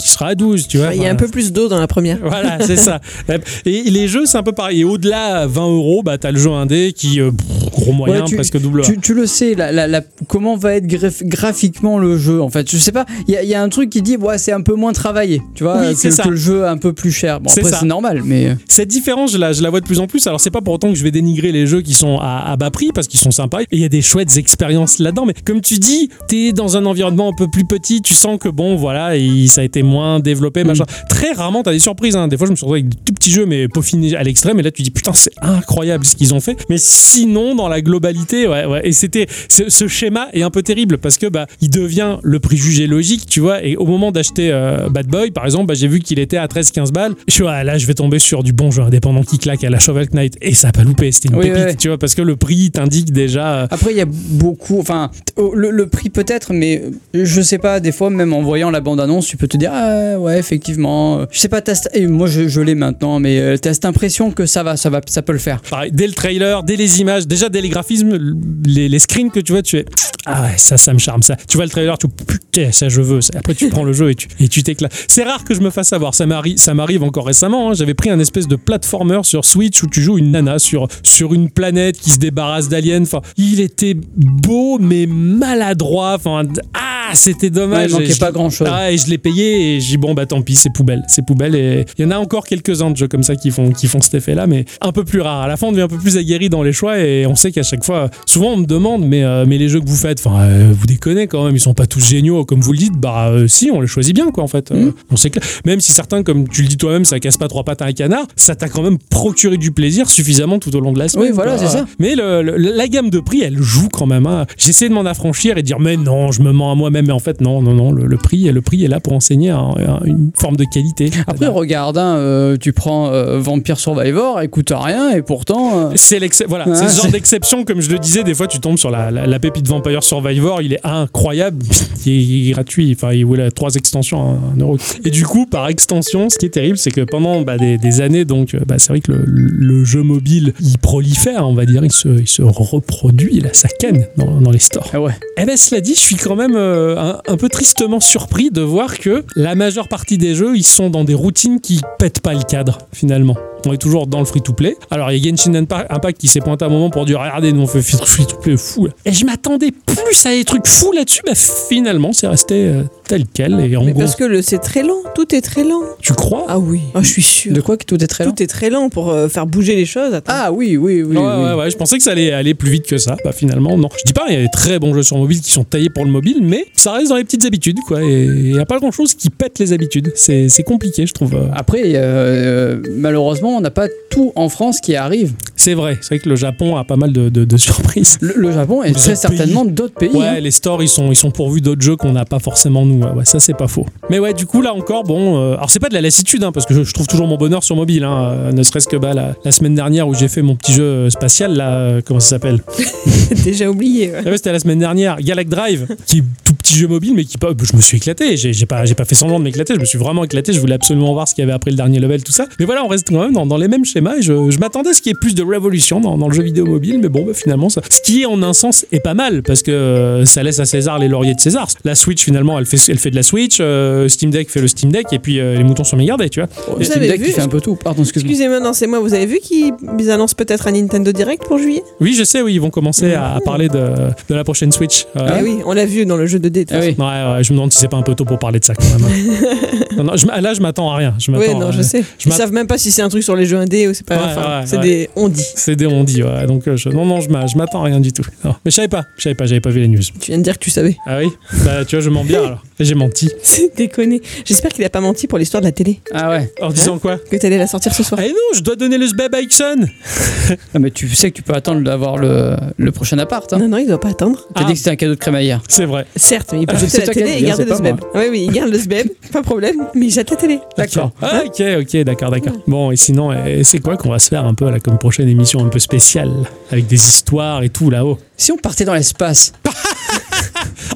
qui sera à 12, tu vois.
il y a
Enfin,
un peu plus d'eau dans la première.
voilà, c'est ça. Et les jeux, c'est un peu pareil. Et au-delà, à 20 euros, bah, t'as le jeu indé qui, euh, pff, gros moyen,
tu-
presque double. A.
Tu, tu le sais, la, la- la- comment va être gref- graphiquement le jeu en fait Je sais pas, il y, a- il y a un truc qui dit ouais, c'est un peu moins travaillé, tu vois,
Oui, c'est
que,
ça.
que le jeu un peu plus cher. Bon,
C'est
après,
ça.
c'est normal, mais. euh,
Cette différence, je la, je la vois de plus en plus. Alors, c'est pas pour autant que je vais dénigrer les jeux qui sont à, à bas prix parce qu'ils sont sympas et il y a des chouettes expériences là-dedans. Mais comme tu dis, t'es dans un environnement un peu plus petit, tu sens que bon, voilà, il- ça a été moins développé, machin. Très rarement, t'as des surprises. hein. Des fois, je me suis retrouvé avec des tout petits jeux, mais peaufinés à l'extrême. Et là, tu dis putain, c'est incroyable ce qu'ils ont fait. Mais sinon, dans la globalité, ouais, ouais. Et c'était ce, ce schéma est un peu terrible parce que bah, il devient le préjugé logique, tu vois. Et au moment d'acheter euh, Bad Boy, par exemple, bah, j'ai vu qu'il était à 13-15 balles. Je suis ah, là, je vais tomber sur du bon jeu indépendant qui claque à la Shovel Knight. Et ça a pas loupé, c'était une
Oui,
pépite,
ouais.
tu vois, parce que le prix t'indique déjà. euh,
Après, il y a beaucoup, enfin, oh, le, le prix peut-être, mais euh, je sais pas, des fois, même en voyant la bande-annonce, tu peux te dire, ah ouais, effectivement, euh, je sais pas, t'as cette- et moi je, je l'ai maintenant, mais euh, t'as cette impression que ça va, ça va, ça peut le faire.
Pareil, dès le trailer, dès les images, déjà dès les graphismes, les, les screens que tu vois, tu es ah ouais, ça, ça me charme ça. Tu vois le trailer, tu putain, ça je veux. ça. Après tu prends le jeu et tu et tu t'éclates. C'est rare que je me fasse avoir. Ça m'arrive, ça m'arrive encore récemment. hein. J'avais pris un espèce de platformer sur Switch où tu joues une nana sur sur une planète qui se débarrasse d'aliens. Enfin, il était beau mais maladroit. Enfin, ah, c'était
Ouais,
dommage.
il
Et
manquait
je-
pas grand-chose.
ah, et je l'ai payé et j'ai dit, bon bah tant pis, c'est poubelle, c'est poubelle et il y en a encore quelques-uns de jeux comme ça qui font qui font cet effet là mais un peu plus rare. À la fin on devient un peu plus aguerri dans les choix et on sait qu'à chaque fois souvent on me demande mais euh, mais les jeux que vous faites enfin euh, vous déconnez quand même, ils sont pas tous géniaux comme vous le dites. Bah euh, si, on les choisit bien quoi en fait. Euh,
Mhm.
on sait que même si certains comme tu le dis toi-même ça casse pas trois pattes à un canard, ça t'a quand même procuré du plaisir suffisamment tout au long de la semaine.
Oui, voilà,
quoi.
c'est ça.
Mais le- le- la gamme de prix, elle joue quand même. hein. J'essaie de m'en affranchir et de dire mais non, je me mens à moi-même. Mais en fait, non, non, non, le, le prix, le prix est là pour enseigner un- un- une forme de qualité.
Après, regarde, hein, euh, tu prends euh, Vampire Survivor, écoute rien, et pourtant. euh,
c'est l'exce- voilà,
Ouais,
c'est ce genre
c'est-
d'exception, comme je le disais, des fois tu tombes sur la, la, la pépite Vampire Survivor, il est incroyable, il est, il est gratuit, enfin il voulait trois extensions à un euro. Et du coup, par extension, ce qui est terrible, c'est que pendant bah, des, des années, donc euh, bah, c'est vrai que le, le jeu mobile, il prolifère, on va dire, il se, il se reproduit, il a sa canne dans, dans les stores.
Ah ouais.
Eh ben cela dit, je suis quand même euh, un, un peu tristement surpris de voir que la majeure partie des jeux, ils sont dans des routines qui pètent pas le cadre finalement. On est toujours dans le free-to-play. Alors il y a Genshin Impa- Impact qui s'est pointé à un moment pour dire regardez, nous on fait free-to-play fou. là. Et je m'attendais plus à des trucs fous là-dessus, mais finalement c'est resté euh, tel quel. Et en
Mais
gros,
parce que le- c'est très lent, tout est très lent.
tu crois
Ah oui, Ah, je suis sûr.
De quoi que tout est très lent
Tout est très lent pour euh, faire bouger les choses. Attends.
Ah oui, oui, oui.
ouais,
oui.
ouais, ouais, je pensais que ça allait aller plus vite que ça. Bah, finalement, non. Je dis pas, il y a des très bons jeux sur mobile qui sont taillés pour le mobile, mais ça reste dans les petites habitudes, quoi. Et il n'y a pas grand chose qui pète les habitudes. C'est c'est compliqué, je trouve. euh.
Après, euh, malheureusement, on n'a pas tout en France qui arrive.
C'est vrai, c'est vrai que le Japon a pas mal de, de- de surprises.
Le, le Japon est
D'autres
très certainement d'autres pays. hein.
Ouais, les stores ils sont, ils sont pourvus d'autres jeux qu'on n'a pas forcément nous. Ouais, ouais, ça c'est pas faux. Mais ouais, du coup là encore, bon, euh, alors c'est pas de la lassitude hein, parce que je, je trouve toujours mon bonheur sur mobile. hein, euh, ne serait-ce que bah, la, la semaine dernière où j'ai fait mon petit jeu euh, spatial là, euh, comment ça s'appelle
Déjà oublié. ouais.
Ah ouais, c'était la semaine dernière, Galact Drive, qui est tout petit jeu mobile, mais qui, bah, je me suis éclaté. J'ai, j'ai pas, j'ai pas fait semblant de m'éclater, je me suis vraiment éclaté. Je voulais absolument voir ce qu'il y avait après le dernier level, tout ça. Mais voilà, on reste quand même dans, dans les mêmes schémas. Et je, je m'attendais à ce qu'il y ait plus de révolution dans, dans le jeu vidéo mobile, mais bon, bah, finalement, ça, ce qui est en un sens est pas mal, parce que euh, ça laisse à César les lauriers de César. La Switch, finalement, elle fait, elle fait de la Switch, euh, Steam Deck fait le Steam Deck, et puis euh, les moutons sont bien gardés, tu vois.
Oh,
Vous
Steam
avez
Deck qui
vu
fait un peu tout. Pardon, excuse-moi.
Excusez-moi, non, c'est moi. Vous avez vu qu'ils annoncent peut-être un Nintendo Direct pour juillet
Oui, je sais, oui, ils vont commencer à, à parler de, de la prochaine Switch. Euh,
Ah oui, on l'a vu dans le jeu de dés. de toute
Ah oui.
Ouais, ouais, je me demande si c'est pas un peu tôt pour parler de ça quand même. hein. non, non, je m- là, je m'attends à rien. Je
façon.
m'attends.
Ouais, non,
à-
euh,
je sais.
je
Ils
m'att-
savent même pas si c'est un truc sur les jeux indés ou c'est pas.
Ouais,
enfin,
ouais,
c'est
ouais.
des. On dit.
C'est des on dit, ouais. Donc, euh, je- non, non, je m'a- je m'attends à rien du tout. Non. Mais je savais pas, je savais pas, j'avais pas vu les news.
Tu viens de dire que tu savais.
Ah oui Bah, tu vois, je mens bien alors. J'ai menti.
C'est déconné. J'espère qu'il a pas menti pour l'histoire de la télé.
Ah ouais.
En disant quoi
Que t'allais la sortir ce soir.
Hein Ah et non, je dois donner le sbab à Ixon
Ah, mais tu sais que tu peux attendre d'avoir le, le prochain appart. hein.
Non, non, il doit pas attendre.
T'as
Ah.
dit que c'était un cadeau de crémaillère.
C'est vrai.
Certes, mais il peut
Ah,
jeter
c'est
la
toi qui as
télé
dit,
et garder
c'est
le
pas
sbeb. Oui, oui, il garde le sbeb, pas de problème, mais il jette la télé.
D'accord.
Ah, ok, ok, d'accord, d'accord. Bon, et sinon, euh, c'est quoi qu'on va se faire un peu là comme prochaine émission un peu spéciale Avec des histoires et tout là-haut.
Si on partait dans l'espace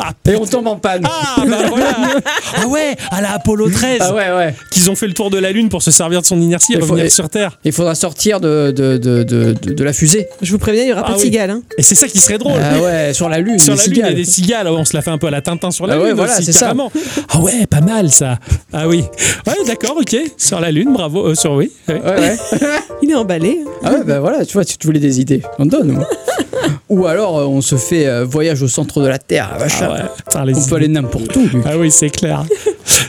Ah,
et on tombe en panne.
Ah, bah voilà Ah ouais, à la Apollo 13
Ah ouais, ouais.
Qu'ils ont fait le tour de la Lune pour se servir de son inertie et
Il faut-
revenir
et-
sur Terre.
Il faudra sortir de, de, de, de, de- de la fusée.
Je vous préviens, il y aura
Ah
pas de
oui.
cigale. Hein.
Et c'est ça qui serait drôle.
Ah ouais, sur la lune.
Oh, Sur
les
la lune, il y a
cigales.
des cigales. Ouais, on se la fait un peu à la Tintin sur la
Ah
lune
ouais, voilà,
aussi,
c'est ça.
carrément. Ah ouais, pas mal ça. Ah oui. Ouais, d'accord, ok. Sur la lune, bravo. Euh, sur oui. ouais.
Ouais, ouais.
Il est emballé. hein.
Ah ouais, bah voilà, tu vois, si tu voulais des idées, on te donne. moi. Ou alors, euh, on se fait euh, voyage au centre de la Terre. vache.
Ah ouais. Putain, les
On peut
idées.
aller n'importe où. lui.
Ah oui, c'est clair.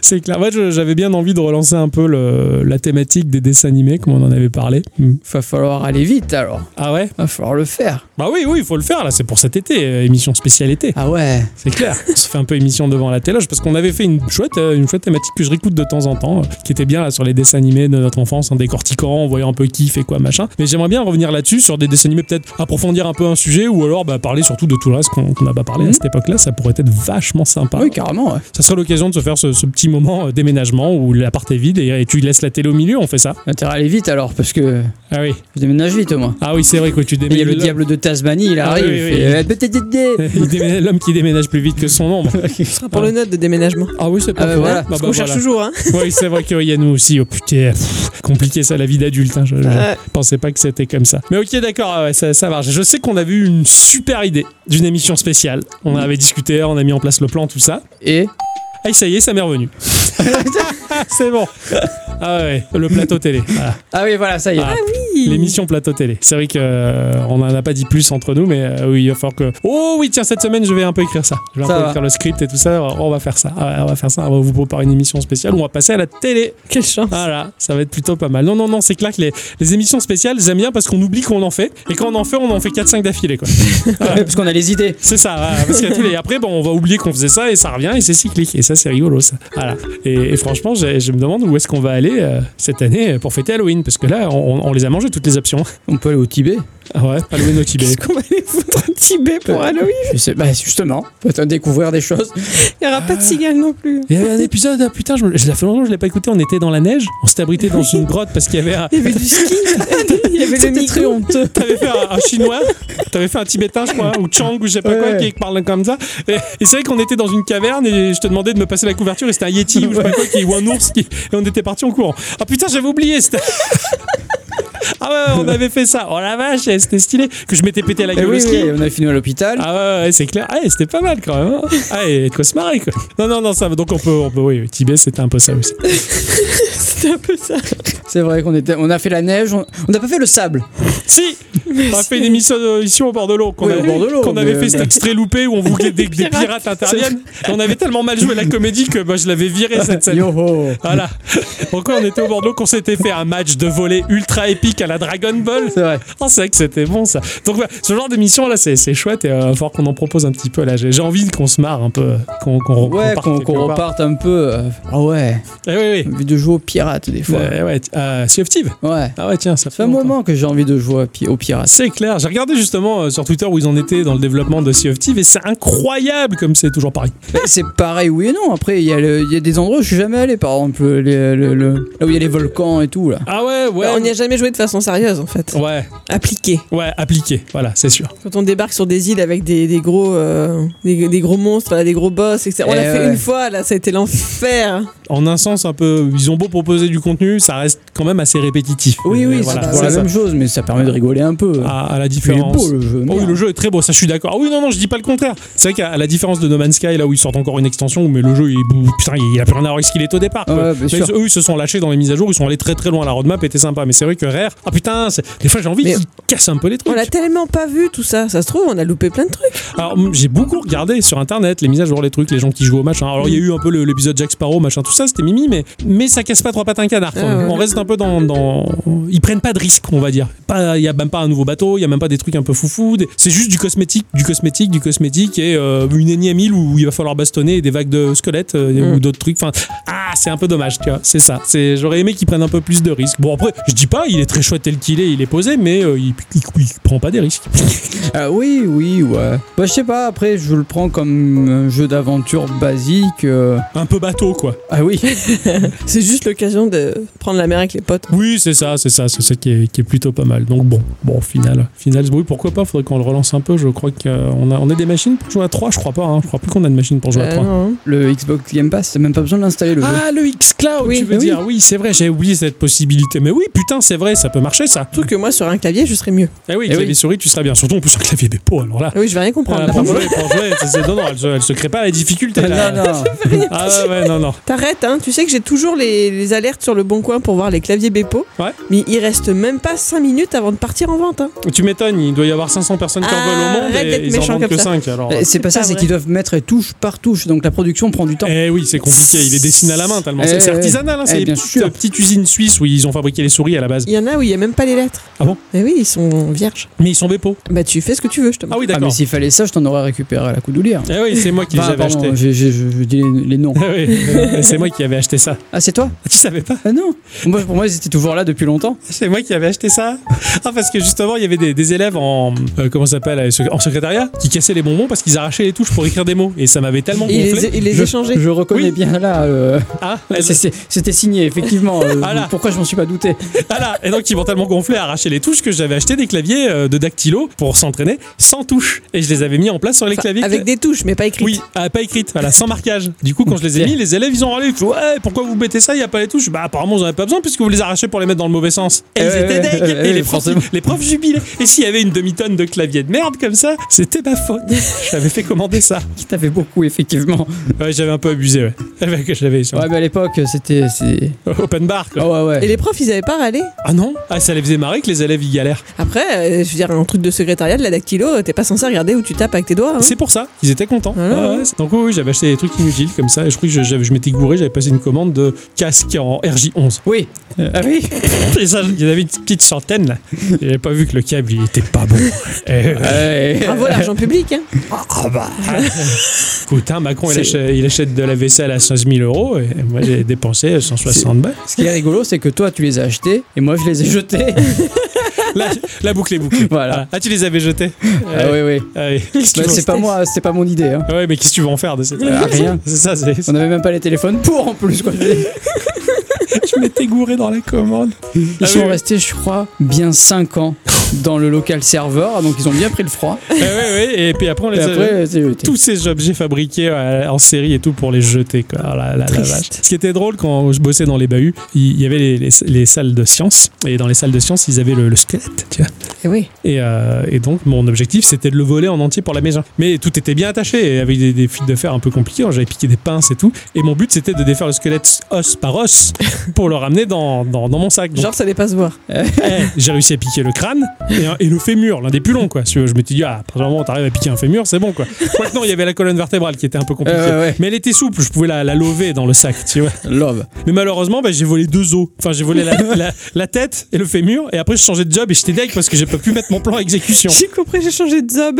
c'est clair. Moi, je- j'avais bien envie de relancer un peu le- la thématique des dessins animés, comme on en avait parlé. Hmm.
Va falloir aller vite alors.
Ah ouais
Va falloir le faire.
Bah oui, oui, il faut le faire, là. C'est pour cet été, euh, émission spéciale été.
Ah ouais.
C'est clair. On se fait un peu émission devant la téloge parce qu'on avait fait une chouette, euh, une chouette thématique que je réécoute de temps en temps, euh, qui était bien là sur les dessins animés de notre enfance, en décortiquant, en voyant un peu qui fait quoi machin. Mais j'aimerais bien revenir là-dessus sur des dessins animés, peut-être approfondir un peu un sujet ou alors bah, parler surtout de tout le reste qu'on qu'on n'a pas parlé à
Mhm.
cette époque-là. Ça pourrait être vachement sympa.
Oui, carrément. ouais.
Ça serait l'occasion de se faire ce, ce petit moment euh, déménagement où l'appart est vide et, et tu laisses la télé au milieu. On fait ça.
Intérêt à aller vite alors, parce que
Ah oui.
je déménage vite moi.
Ah oui, c'est vrai que tu
Il y a le
déménages.
diable de Tasmanie, il
Ah
arrive.
oui,
il
oui,
fait,
oui.
euh, petite idée.
Il déménage- L'homme qui déménage plus vite que son ombre.
Ce sera pour le note de déménagement.
Ah oui, c'est pas
Ah bah
faux.
voilà,
Bah
Parce
bah
qu'on
voilà.
cherche toujours. Hein.
Oui, c'est vrai qu'il y a nous aussi. Oh putain, pff, compliqué ça, la vie d'adulte. hein. Je, je
Ouais.
pensais pas que c'était comme ça. Mais ok, d'accord, ah ouais, ça, ça marche. Je sais qu'on avait eu une super idée d'une émission spéciale. On avait discuté, on a mis en place le plan, tout ça.
Et
Ah, ça y est, ça m'est revenu. c'est bon. Ah ouais, le plateau télé. Voilà.
Ah oui, voilà, ça y est.
Ah,
Oui.
L'émission plateau télé. C'est vrai que euh, on n'en a pas dit plus entre nous, mais euh, oui, il va falloir que. Oh oui, tiens, cette semaine, je vais un peu écrire ça. Je vais
Ça
un peu
va.
écrire le script et tout ça. On va faire ça. Ah ouais, on va faire ça. On va vous préparer une émission spéciale. où On va passer à la télé.
Quelle chance.
Voilà, ça va être plutôt pas mal. Non, non, non, c'est clair que les, les émissions spéciales, j'aime bien parce qu'on oublie qu'on en fait. Et quand on en fait, on en fait 4-5 d'affilée, quoi.
Ouais, parce qu'on a les idées.
C'est ça, voilà, parce qu'il y a tous les- Et après, bon, on va oublier qu'on faisait ça et ça revient et c'est cyclique. Et ça, c'est rigolo, ça. Voilà. Et, et franchement, j'ai- je me demande où est-ce qu'on va aller euh, cette année pour fêter Halloween. Parce que là, on, on les a mangées, toutes les options.
On peut aller au Tibet.
Ah ouais, Halloween au Tibet.
Qu'est-ce qu'on va aller foutre au Tibet pour Halloween
Je sais, bah justement, peut-être découvrir des choses.
Il n'y aura pas de cigale non plus.
Il y avait un épisode, ah, putain, je, me- je, ça fait longtemps que je l'ai pas écouté. On était dans la neige, on s'était abrité dans une grotte parce qu'il y avait un,
Il y avait du ski. Il y avait le
C'était très
micro.
honteux.
T'avais fait un, un chinois, t'avais fait un tibétain, je crois, ou Chang, ou je sais pas quoi,
Ouais.
qui parle comme ça. Et, et c'est vrai qu'on était dans une caverne et je te demandais de me passer la couverture et c'était un Yeti ou je sais pas quoi, qui, ou un ours, qui, et on était parti en courant. Ah putain, j'avais oublié, c'était. Ah ouais, on avait fait ça. Oh la vache, eh, c'était stylé. Que je m'étais pété la
Et
gueule au
Eh oui,
ski.
oui, on a fini à l'hôpital.
Ah ouais, ouais, c'est clair. Ah, ouais, c'était pas mal quand même. hein. Ah, et de quoi se marrer quoi. Non, non, non, ça va. Donc on peut, on peut oui, Tibet, c'était un peu ça aussi.
C'était un peu ça.
C'est vrai qu'on était, on a fait la neige, on on n'a pas fait le sable.
Si On a fait une émission, euh, ici au bord de l'eau qu'on
Oui,
a-
au bord de l'eau,
qu'on avait
mais-
fait cet extrait loupé où on voulait que des, des pirates interviennent. Et on avait tellement mal joué la comédie que moi je l'avais viré cette scène.
Yo ho.
Voilà. Pourquoi on était au bord de l'eau qu'on s'était fait un match de volet ultra épique à la Dragon Ball
C'est vrai.
Oh, c'est vrai que c'était bon ça. Donc voilà, ce genre d'émission là c'est c'est chouette et euh, il va falloir qu'on en propose un petit peu là. J'ai j'ai envie qu'on se marre un peu, qu'on qu'on re-
Ouais,
reparte
qu'on
quelque
qu'on
part.
reparte un peu. euh, Ah ouais,
Eh oui, oui.
envie de jouer aux pirates des fois.
Euh, ouais, t- euh, Sea of Thieves.
Ouais.
Ah ouais, tiens, ça
Ça
fait
fait un
longtemps.
moment que j'ai envie de jouer à pi- aux pirates.
C'est clair, j'ai regardé justement euh, sur Twitter où ils en étaient dans le développement de Sea of Thieves et c'est incroyable comme c'est toujours pareil.
Mais C'est pareil, oui et non. Après, il y, a le- il y a des endroits où je suis jamais allé, par exemple, les- le- le- là où il y a les volcans et tout. là.
Ah ouais, ouais.
Bah,
on n'y a jamais joué de façon sérieuse en fait.
Ouais,
Appliqué.
ouais, appliqué, voilà, c'est sûr.
Quand on débarque sur des îles avec des, des gros euh, des, des gros monstres, là, des gros boss, etc. On
Eh
l'a fait
ouais.
une fois, là, ça a été l'enfer.
En un sens, un peu, ils ont beau proposer du contenu, ça reste quand même assez répétitif.
Oui,
Euh,
oui,
voilà,
c'est
c'est
toujours la
ça.
même chose, mais ça permet de rigoler un peu.
À, à
Il
la
est
différence.
beau le jeu.
Oh oui,
merde.
le jeu est très beau, ça je suis d'accord. Ah oui, non, non, je dis pas le contraire. C'est vrai qu'à à la différence de No Man's Sky, là où ils sortent encore une extension, mais le jeu, il, bou- putain, il il a plus rien à voir avec ce qu'il est au départ. quoi.
Ouais, bien
Mais
sûr.
ils- eux, ils se sont lâchés dans les mises à jour, ils sont allés très très loin. La roadmap était sympa, mais c'est vrai que Rare, ah putain, c'est- des fois j'ai envie
Mais-
qu'ils cassent un peu les trucs.
On l'a tellement pas vu tout ça. Ça se trouve, on a loupé plein de trucs.
Alors, m- j'ai beaucoup regardé sur internet les mises à jour, les trucs, les gens qui jouent au machin. Alors, il y a eu un peu le- l'épisode Jack Sparrow, machin, tout ça, c'était mimi, mais, mais ça casse pas trois pattes un canard. quand
Ah
même.
ouais.
On reste un peu dans, dans. Ils prennent pas de risques, on va dire. Pas- Il y a même pas un nouveau bateau, il y a même pas des trucs un peu foufou. des- C'est juste du cosmétique, du cosmétique, du cosmétique et euh, une énième île où il va falloir bastonner et des vagues de squelettes euh,
Mm.
ou d'autres trucs. Enfin, ah, c'est un peu dommage, tu vois. C'est ça. C'est, j'aurais aimé qu'ils prennent un peu plus de risques. Bon, après, je dis pas, il est très chouette tel qu'il est, il est posé, mais euh, il, il- il prend pas des risques.
Ah oui, oui, ouais. Bah, je sais pas, après, je le prends comme un jeu d'aventure basique. euh.
Un peu bateau, quoi.
Ah oui,
C'est juste l'occasion de prendre la mer avec les potes.
Oui, c'est ça, c'est ça, c'est ça qui est, qui est plutôt pas mal. Donc bon, bon, au final, final ce bruit, pourquoi pas Faudrait qu'on le relance un peu. Je crois qu'on a, on a des machines pour jouer à 3, je crois pas. Hein. Je crois plus qu'on a de machines pour jouer à
Euh,
3.
non.
le Xbox Game Pass, t'as même pas besoin de l'installer le jeu.
Ah, le X-Cloud,
Oui,
tu veux
mais oui.
dire Oui, c'est vrai, j'avais oublié cette possibilité. Mais oui, putain, c'est vrai, ça peut marcher ça.
Surtout que moi, sur un clavier, je serais mieux.
Eh oui,
Eh
clavier
oui.
souris, tu seras bien. Surtout en plus un clavier dépôt, alors là.
Ah oui, je vais rien comprendre.
Ah,
là,
pour
par contre.
jouer, pour jouer, c'est- c'est- non, non, elle se, elle se crée pas la difficulté. là.
non, non.
Ah ouais, ouais, non, non.
T'arrêtes, hein. Tu sais que j'ai toujours les, les alertes sur le bon coin pour voir les claviers Bepo.
Ouais.
Mais il reste même pas 5 minutes avant de partir en vente. hein.
Tu m'étonnes, il doit y avoir 500 personnes qui en
Ah,
veulent au monde
arrête d'être
et ils en
méchant
vendent
comme
que
ça. Euh,
5. Alors...
Eh, C'est pas ça,
Pas
c'est
vrai.
qu'ils doivent mettre touche par touche, donc la production prend du temps. Ah,
Eh oui, c'est compliqué. Il est dessiné à la main tellement.
Eh
c'est c'est
ouais.
artisanal, hein,
Eh
c'est des
bien
petites,
sûr.
euh, petites usines suisses où ils ont fabriqué les souris à la base.
Il y en a où il y a même pas les lettres.
Ah bon
Mais oui, ils sont vierges.
Mais ils sont bépos.
Bah, tu fais ce que tu veux, je te
Ah oui,
Ah, mais
d'accord.
s'il fallait ça, je t'en aurais récupéré à la coudoulière.
eh oui, c'est moi qui les
Enfin,
avais
pardon,
achetés.
j'ai- j'ai- je, je dis les, les noms.
Ah oui, euh, c'est moi qui avais acheté ça.
Ah, c'est toi
Tu savais pas
Ah non moi, Pour moi, ils étaient toujours là depuis longtemps.
C'est moi qui avais acheté ça. Ah parce que justement il y avait des, des élèves en euh, comment ça s'appelle euh, sec- en secrétariat qui cassaient les bonbons parce qu'ils arrachaient les touches pour écrire des mots et ça m'avait tellement
Et il les,
gonflé.
il les
je,
échangeait.
je reconnais
Oui.
bien là. euh,
Ah,
c'est- c'est- C'était signé, effectivement. euh,
Ah là.
Pourquoi je m'en suis pas douté
ah là, et donc ils m'ont tellement gonflé à arracher les touches que j'avais acheté des claviers euh, de dactylo pour s'entraîner sans touche et je les avais mis en place sur les
Enfin,
claviers
avec des touches, mais pas écrites.
Oui, ah, pas écrite, voilà, sans marquage. Du coup, quand je les ai mis, les élèves, ils ont râlé. Ils font, ouais, pourquoi vous mettez ça Il n'y a pas les touches. Bah, apparemment, vous n'en avez pas besoin puisque vous les arrachez pour les mettre dans le mauvais sens. Et
Eh
ils
ouais,
étaient
ouais,
deg.
ouais,
et
ouais,
les profs,
forcément.
les profs jubilaient. Et s'il y avait une demi-tonne de clavier de merde comme ça, c'était ma faute. J'avais fait commander ça.
Qui t'avait beaucoup, effectivement.
Ouais, j'avais un peu abusé, ouais. Ouais, que J'avais
Ouais, mais à l'époque, c'était. c'est-
open bar, quoi.
Ah ouais, ouais.
Et les profs, ils avaient pas râlé.
Ah non Ah, ça les faisait marrer que les élèves y galèrent.
Hein?
Après, euh, je veux dire, un truc de secrétariat, de la dactylo, euh, t'es pas censé regarder où tu tapes avec tes doigts. hein.
C'est pour ça, ils étaient contents.
Ah,
Ah ouais,
ouais.
c'est- Donc oui, oui, j'avais acheté des trucs inutiles comme ça, et je crois que je, j'avais- je m'étais gouré, j'avais passé une commande de casque en RJ11.
Oui. Ah oui.
Et ça, il y en avait une petite centaine là. J'avais pas vu que le câble il était pas bon. Eh,
Bravo l'argent public. Hein.
Écoute, hein, Macron il
C'est-
achète, il achète de la vaisselle à 16 000 euros et moi j'ai dépensé 160 balles.
Ce qui est rigolo, c'est que toi, tu les as achetés et moi, je les ai jetés.
La, la boucle est bouclée.
Voilà.
Ah, tu les avais jetés
Ah oui, oui.
Ah oui. Qu'est-ce que
Bah,
tu veux-
c'est pas moi, c'est pas mon idée. hein.
Ah ouais, mais qu'est-ce que tu veux en faire de cette
Euh, rien.
C'est ça, c'est.
Ah On avait même pas les téléphones pour en plus. Quoi.
Je on était gourés dans la commande.
Ils
Ah
sont
oui.
restés, je crois, bien 5 ans dans le local serveur, donc ils ont bien pris le froid.
Ah ouais, ouais, et puis après, on les
Et
a-
après, c'est jeté.
tous ces objets fabriqués euh, en série et tout pour les jeter. Quoi. Oh là là, la
Triste.
vache. Ce qui était drôle quand je bossais dans les bahuts, il y avait les, les- les salles de sciences et dans les salles de sciences, ils avaient le, le squelette. tu vois.
Eh oui.
Et, euh, et donc, mon objectif, c'était de le voler en entier pour la maison. Mais tout était bien attaché et avec des, des fils de fer un peu compliqués. J'avais piqué des pinces et tout. Et mon but, c'était de défaire le squelette os par os pour le ramener dans, dans- dans mon sac. Donc,
Genre, ça allait pas se voir.
eh, j'ai réussi à piquer le crâne et, un- et le fémur, l'un des plus longs quoi. Si tu veux. Je me suis dit, ah, à partir du moment où t'arrives à piquer un fémur, c'est bon quoi. Quoique non, il y avait la colonne vertébrale qui était un peu compliquée.
Euh, ouais, ouais.
Mais elle était souple, je pouvais la, la lever dans le sac, tu vois.
Love.
Mais malheureusement, bah, j'ai volé deux os. Enfin, j'ai volé la, la- la tête et le fémur, et après, je changeais de job et j'étais deg parce que j'ai pas pu mettre mon plan à exécution.
J'ai compris, j'ai changé de job.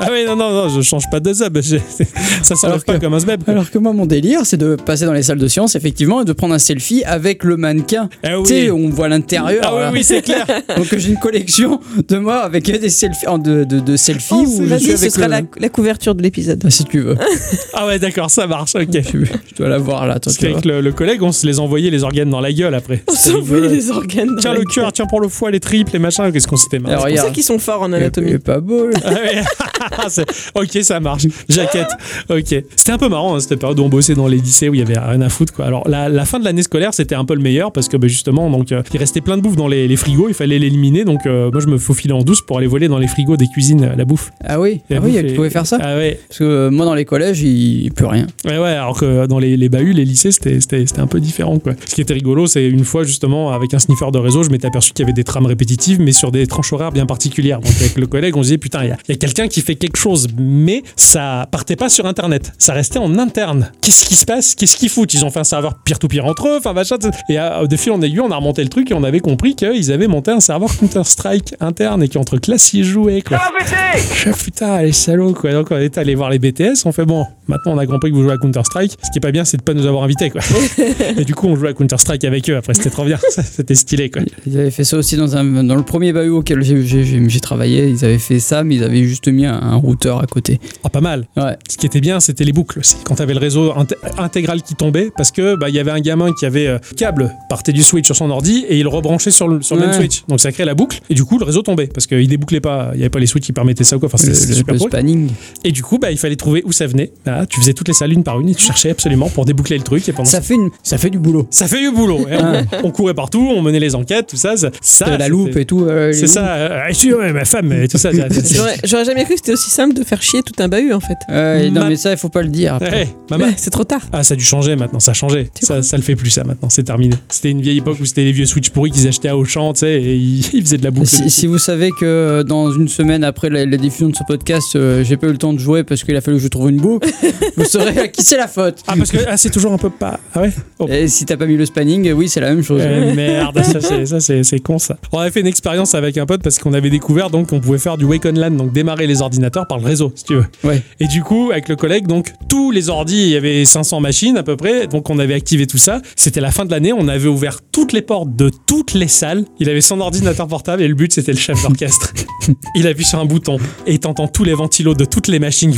Ah oui, non, non, non, je change pas de job. Je- Ça s'enlève
Alors que-
pas comme un sbeb. quoi.
Alors que moi, mon délire, c'est de passer dans les salles de sciences, effectivement, et de prendre un selfie avec le mannequin.
Eh oui.
Tu sais, on voit l'intérieur.
Ah oui,
là.
oui, c'est clair.
Donc j'ai une collection de moi avec des selfies, euh, de, de, de selfies
Oh,
où je suis
Vas-y, ce
avec
sera
le-
la, la couverture de l'épisode.
Ah, si tu veux.
Ah ouais, d'accord, ça marche, ok.
Tu- je dois la voir là. Toi,
Parce
tu vois.
qu'avec le, le collègue, on se les envoyait les organes dans la gueule après.
On
C'était
s'en fout
rigolo.
les organes.
Tiens le cœur, tiens pour le foie, les triples, les machins, qu'est-ce qu'on s'était marré.
Alors,
C'est pour ça
regarde.
qu'ils sont forts en
Il est- il
anatomie.
est pas beau. lui.
Ah ouais. C'est- ok, ça marche. Jaquette. Ok. C'était un peu marrant hein, cette période où on bossait dans les lycées où il y avait rien à foutre. Quoi. Alors la, la fin de l'année scolaire c'était un peu le meilleur parce que bah, justement donc euh, il restait plein de bouffe dans les, les frigos, il fallait l'éliminer donc euh, moi je me faufilais en douce pour aller voler dans les frigos des cuisines euh, la bouffe.
Ah oui,
La
ah oui,
bouffe
tu
est-
pouvais faire ça.
Ah ouais.
Parce que euh, moi dans les collèges, il plus rien.
Ouais, ouais, alors que dans les, les bahuts, les lycées, c'était c'était- c'était un peu différent. Quoi. Ce qui était rigolo, c'est une fois, justement, avec un sniffer de réseau, je m'étais aperçu qu'il y avait des trames répétitives, mais sur des tranches horaires bien particulières. Donc, avec le collègue, on se disait, putain, il y a, il y a quelqu'un qui fait quelque chose, mais ça partait pas sur Internet. Ça restait en interne. Qu'est-ce qui se passe Qu'est-ce qu'ils foutent Ils ont fait un serveur peer-to-peer entre eux, enfin, machin. t'sais. Et euh, de fil en aiguille, on a remonté le truc et on avait compris qu'ils avaient monté un serveur Counter-Strike interne et qu'entre classiers jouaient, quoi. Je fais, putain, les salauds quoi. Donc on est allé voir les BTS, on fait bon, maintenant on a compris que vous jouez à Counter-Strike. Ce qui est pas bien, c'est de pas nous avoir invités quoi. Et du coup, on joue à Counter-Strike avec eux après, c'était trop bien, Ça, c'était stylé quoi.
Ils avaient fait ça aussi dans, un, dans le premier bahut auquel j'ai- j'ai j'ai- j'ai travaillé. Ils avaient fait ça, mais ils avaient juste mis un, un routeur à côté.
Ah, pas mal.
Ouais.
Ce qui était bien, c'était les boucles aussi. Quand t'avais le réseau int- intégral qui tombait, parce que bah il y avait un gamin qui avait euh, câble partait du switch sur son ordi et il rebranchait sur le, sur le
Ouais.
même switch. Donc ça créait la boucle et du coup le réseau tombait parce qu'il débouclait pas. Il y avait pas les switches qui permettaient ça ou quoi. Enfin,
Le,
c'était c'était
le-
super
le
drôle.
spanning.
Et du coup, bah il fallait trouver où ça venait. Voilà, tu faisais toutes les salles une par une et tu cherchais absolument pour déboucler le truc et pendant
Ça fait, une, ça fait du boulot.
Ça fait du boulot. hein. on courait partout, on menait les enquêtes, tout ça. ça- Ah, ça,
Euh, la
c'était-
loupe et tout. euh, les
C'est
loupes.
ça. euh, Ah, je suis, ouais, ma femme et tout ça. ça- ça-
J'aurais j'aurais jamais cru que c'était aussi simple de faire chier tout un bahut en fait.
Ouais, non,
Ma-
mais ça, il faut pas le dire. après.
Hey, maman.
Ouais, c'est trop tard.
Ah, ça a dû changer maintenant, ça a changé.
Tu
Ça, ça le fait plus, ça maintenant, c'est terminé. C'était une vieille époque où c'était les vieux Switch pourris qu'ils achetaient à Auchan, tu sais, et ils, ils faisaient de la boucle.
Si, si vous savez que euh, dans une semaine après la, la diffusion de ce podcast, euh, j'ai pas eu le temps de jouer parce qu'il a fallu que je trouve une boucle, vous saurez à qui c'est la faute.
Ah, parce que ah, c'est toujours un peu pas. Ah ouais Oh.
Et si t'as pas mis le spanning, euh, oui, c'est la même chose.
Eh, merde, ça, c'est- ça c'est c'est con ça. On avait fait une expérience avec un pote parce qu'on avait découvert donc qu'on pouvait faire du wake on LAN, donc démarrer les ordinateurs par le réseau si tu veux.
Ouais.
Et du coup, avec le collègue, donc tous les ordis, il y avait 500 machines à peu près, donc on avait activé tout ça. C'était la fin de l'année, on avait ouvert toutes les portes de toutes les salles. Il avait son ordinateur portable et le but c'était le chef d'orchestre. il appuie sur un bouton et t'entends tous les ventilos de toutes les machines.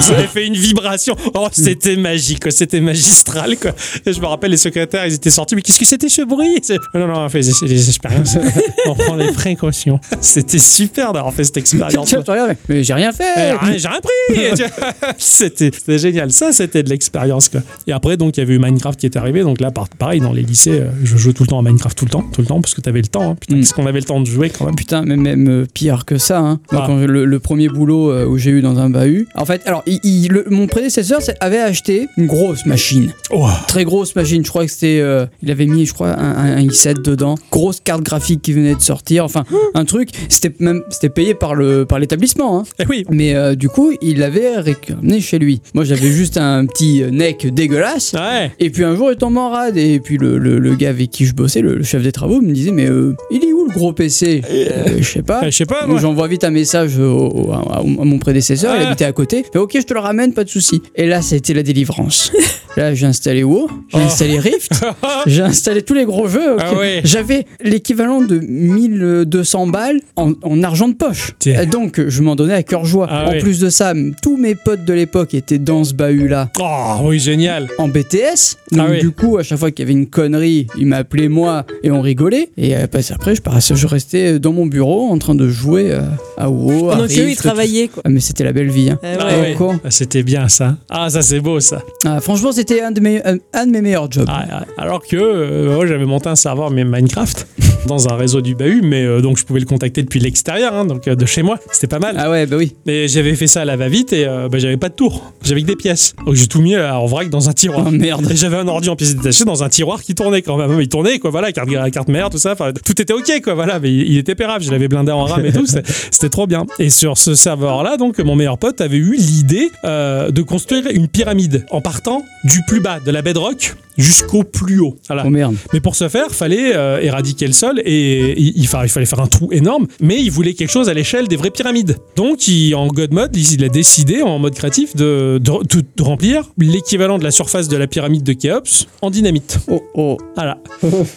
Ça avait fait une vibration. Oh, c'était magique, quoi. c'était magistral. Quoi. Et je me rappelle, les secrétaires, ils étaient sortis. Mais qu'est-ce que c'était ce bruit C'est- oh Non, non, on fait des, des expériences. on prend les précautions. C'était super d'avoir fait cette expérience.
Tu vois, tu regardes, mais j'ai rien fait.
Eh, rien- J'ai rien pris tu vois. C'était c'était génial, ça c'était de l'expérience quoi. Et après donc il y avait eu Minecraft qui est arrivé, donc là par- pareil dans les lycées, euh, je jouais tout le temps à Minecraft tout le temps, tout le temps parce que t'avais le temps, hein. putain
Mm.
parce qu'on avait le temps de jouer quand même.
Putain, mais même euh, pire que ça. hein. Moi,
Ah.
quand je- le, le premier boulot euh, où j'ai eu dans un bahut. En fait, alors, il- il- le- mon prédécesseur c'est- avait acheté une grosse machine.
Oh,
Très grosse machine. Je crois que c'était. euh, il avait mis, je crois, un, un- un i7 dedans. Grosse carte graphique qui venait de sortir. Enfin, un truc. C'était même c'était payé par le par l'établissement. hein.
eh oui,
Mais euh, du coup, il l'avait ramené chez lui. Moi, j'avais juste un petit euh, neck dégueulasse.
ouais.
Et puis un jour, il tombe en rade. Et puis le, le- le gars avec qui je bossais, le, le chef des travaux, me disait Mais euh, il est où le gros PC Euh, Je sais pas.
Eh, je sais pas
Donc,
moi.
J'envoie vite un message au- au- à, à mon prédécesseur, il
Ah.
habitait à côté. Fait, ok, je te le ramène, pas de souci. Et là, ça a été la délivrance. là, j'ai installé WoW, j'ai
Oh.
installé Rift, j'ai installé tous les gros jeux. ok.
Ah ouais.
J'avais l'équivalent de 1200 balles en, en argent de poche.
Tiens.
Donc, je m'en donnais à cœur joie.
Ah
en
oui.
plus de ça, m- tous mes potes de l'époque étaient dans ce bahut-là
Oh oui, génial.
en BTS. Donc
Ah oui.
du coup, à chaque fois qu'il y avait une connerie, ils m'appelaient moi et on rigolait. Et euh, parce après, je, paraissais- je restais euh, dans mon bureau en train de jouer euh, à WoW. à
Pendant qu'eux, ils
Rift, tout
travaillaient,
ça.
quoi.
Ah, mais c'était la belle vie. hein.
Ah
Ah
ouais.
ouais.
Encore.
Ah, C'était bien ça. Ah, ça c'est beau ça.
Ah, franchement, c'était un, de mes- un- un de mes meilleurs jobs.
Ah, ah, alors que euh, moi j'avais monté un serveur mais Minecraft dans un réseau du bahut, mais euh, donc je pouvais le contacter depuis l'extérieur, hein, donc euh, de chez moi. C'était pas mal.
Ah ouais, bah oui.
Mais j'avais fait ça à la va-vite et euh, bah, j'avais pas de tour. J'avais que des pièces. Donc j'ai tout mis euh, en vrac dans un tiroir.
Oh merde.
Et j'avais un ordi en pièces détachées dans un tiroir qui tournait quand même. Il tournait, quoi, voilà, carte, euh, carte mère, tout ça. Enfin, tout était ok, quoi, voilà. Mais il, il était pérable. Je l'avais blindé en RAM et tout. C'était c'était trop bien. Et sur ce serveur-là, donc, mon meilleur pote avait eu l'idée euh, de construire une pyramide en partant du plus bas, de la bedrock jusqu'au plus haut. Voilà.
Oh merde.
Mais pour ce faire, fallait euh, éradiquer le sol et il, il fa- il fallait faire un trou énorme. Mais il voulait quelque chose à l'échelle des vraies pyramides. Donc, il- en God mode, il, il a décidé en mode créatif de, de- de- de remplir l'équivalent de la surface de la pyramide de Khéops en dynamite.
Oh oh.
Voilà.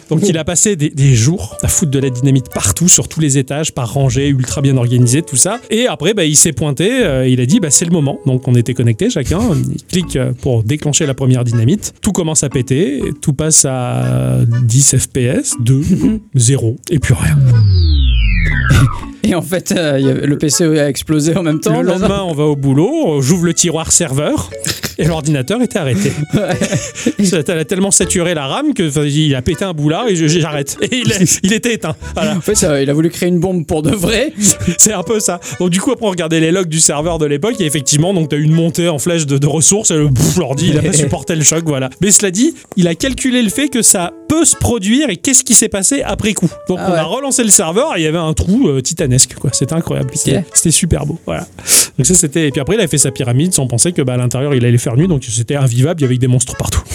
Donc, il a passé des, des jours à foutre de la dynamite partout, sur tous les étages, par rangée, ultra bien organisé, tout ça. Et après, bah, il s'est pointé. euh, il a dit, bah, c'est le moment. Donc, on était connectés chacun. Il clique euh, pour déclencher la première dynamite. Tout commence à péter. Tout passe à 10 FPS, 2, 0, et puis rien.
Et en fait, euh, il y avait- le PC a explosé en même temps.
le lendemain, on va au boulot, euh, j'ouvre le tiroir serveur et l'ordinateur était arrêté. Ça- Elle a tellement saturé la RAM que enfin, il a pété un boulard et je- j'arrête. Et il, est- il était éteint. Voilà,
En fait, ça, il a voulu créer une bombe pour de vrai.
c'est un peu ça. Donc du coup, après, on regardait les logs du serveur de l'époque et effectivement, donc t'as eu une montée en flèche de, de ressources et le pff, l'ordi, il a pas supporté le choc, voilà. Mais cela dit, il a calculé le fait que ça peut se produire et qu'est-ce qui s'est passé après coup. Donc
Ah
on a
ouais.
relancé le serveur et il y avait un trou euh, titanesque, quoi. C'était incroyable. C'était
Ok.
c'était super beau, voilà. Donc ça c'était et puis après il a fait sa pyramide sans penser que bah, à l'intérieur il allait faire nuit donc c'était invivable, il y avait que des monstres partout.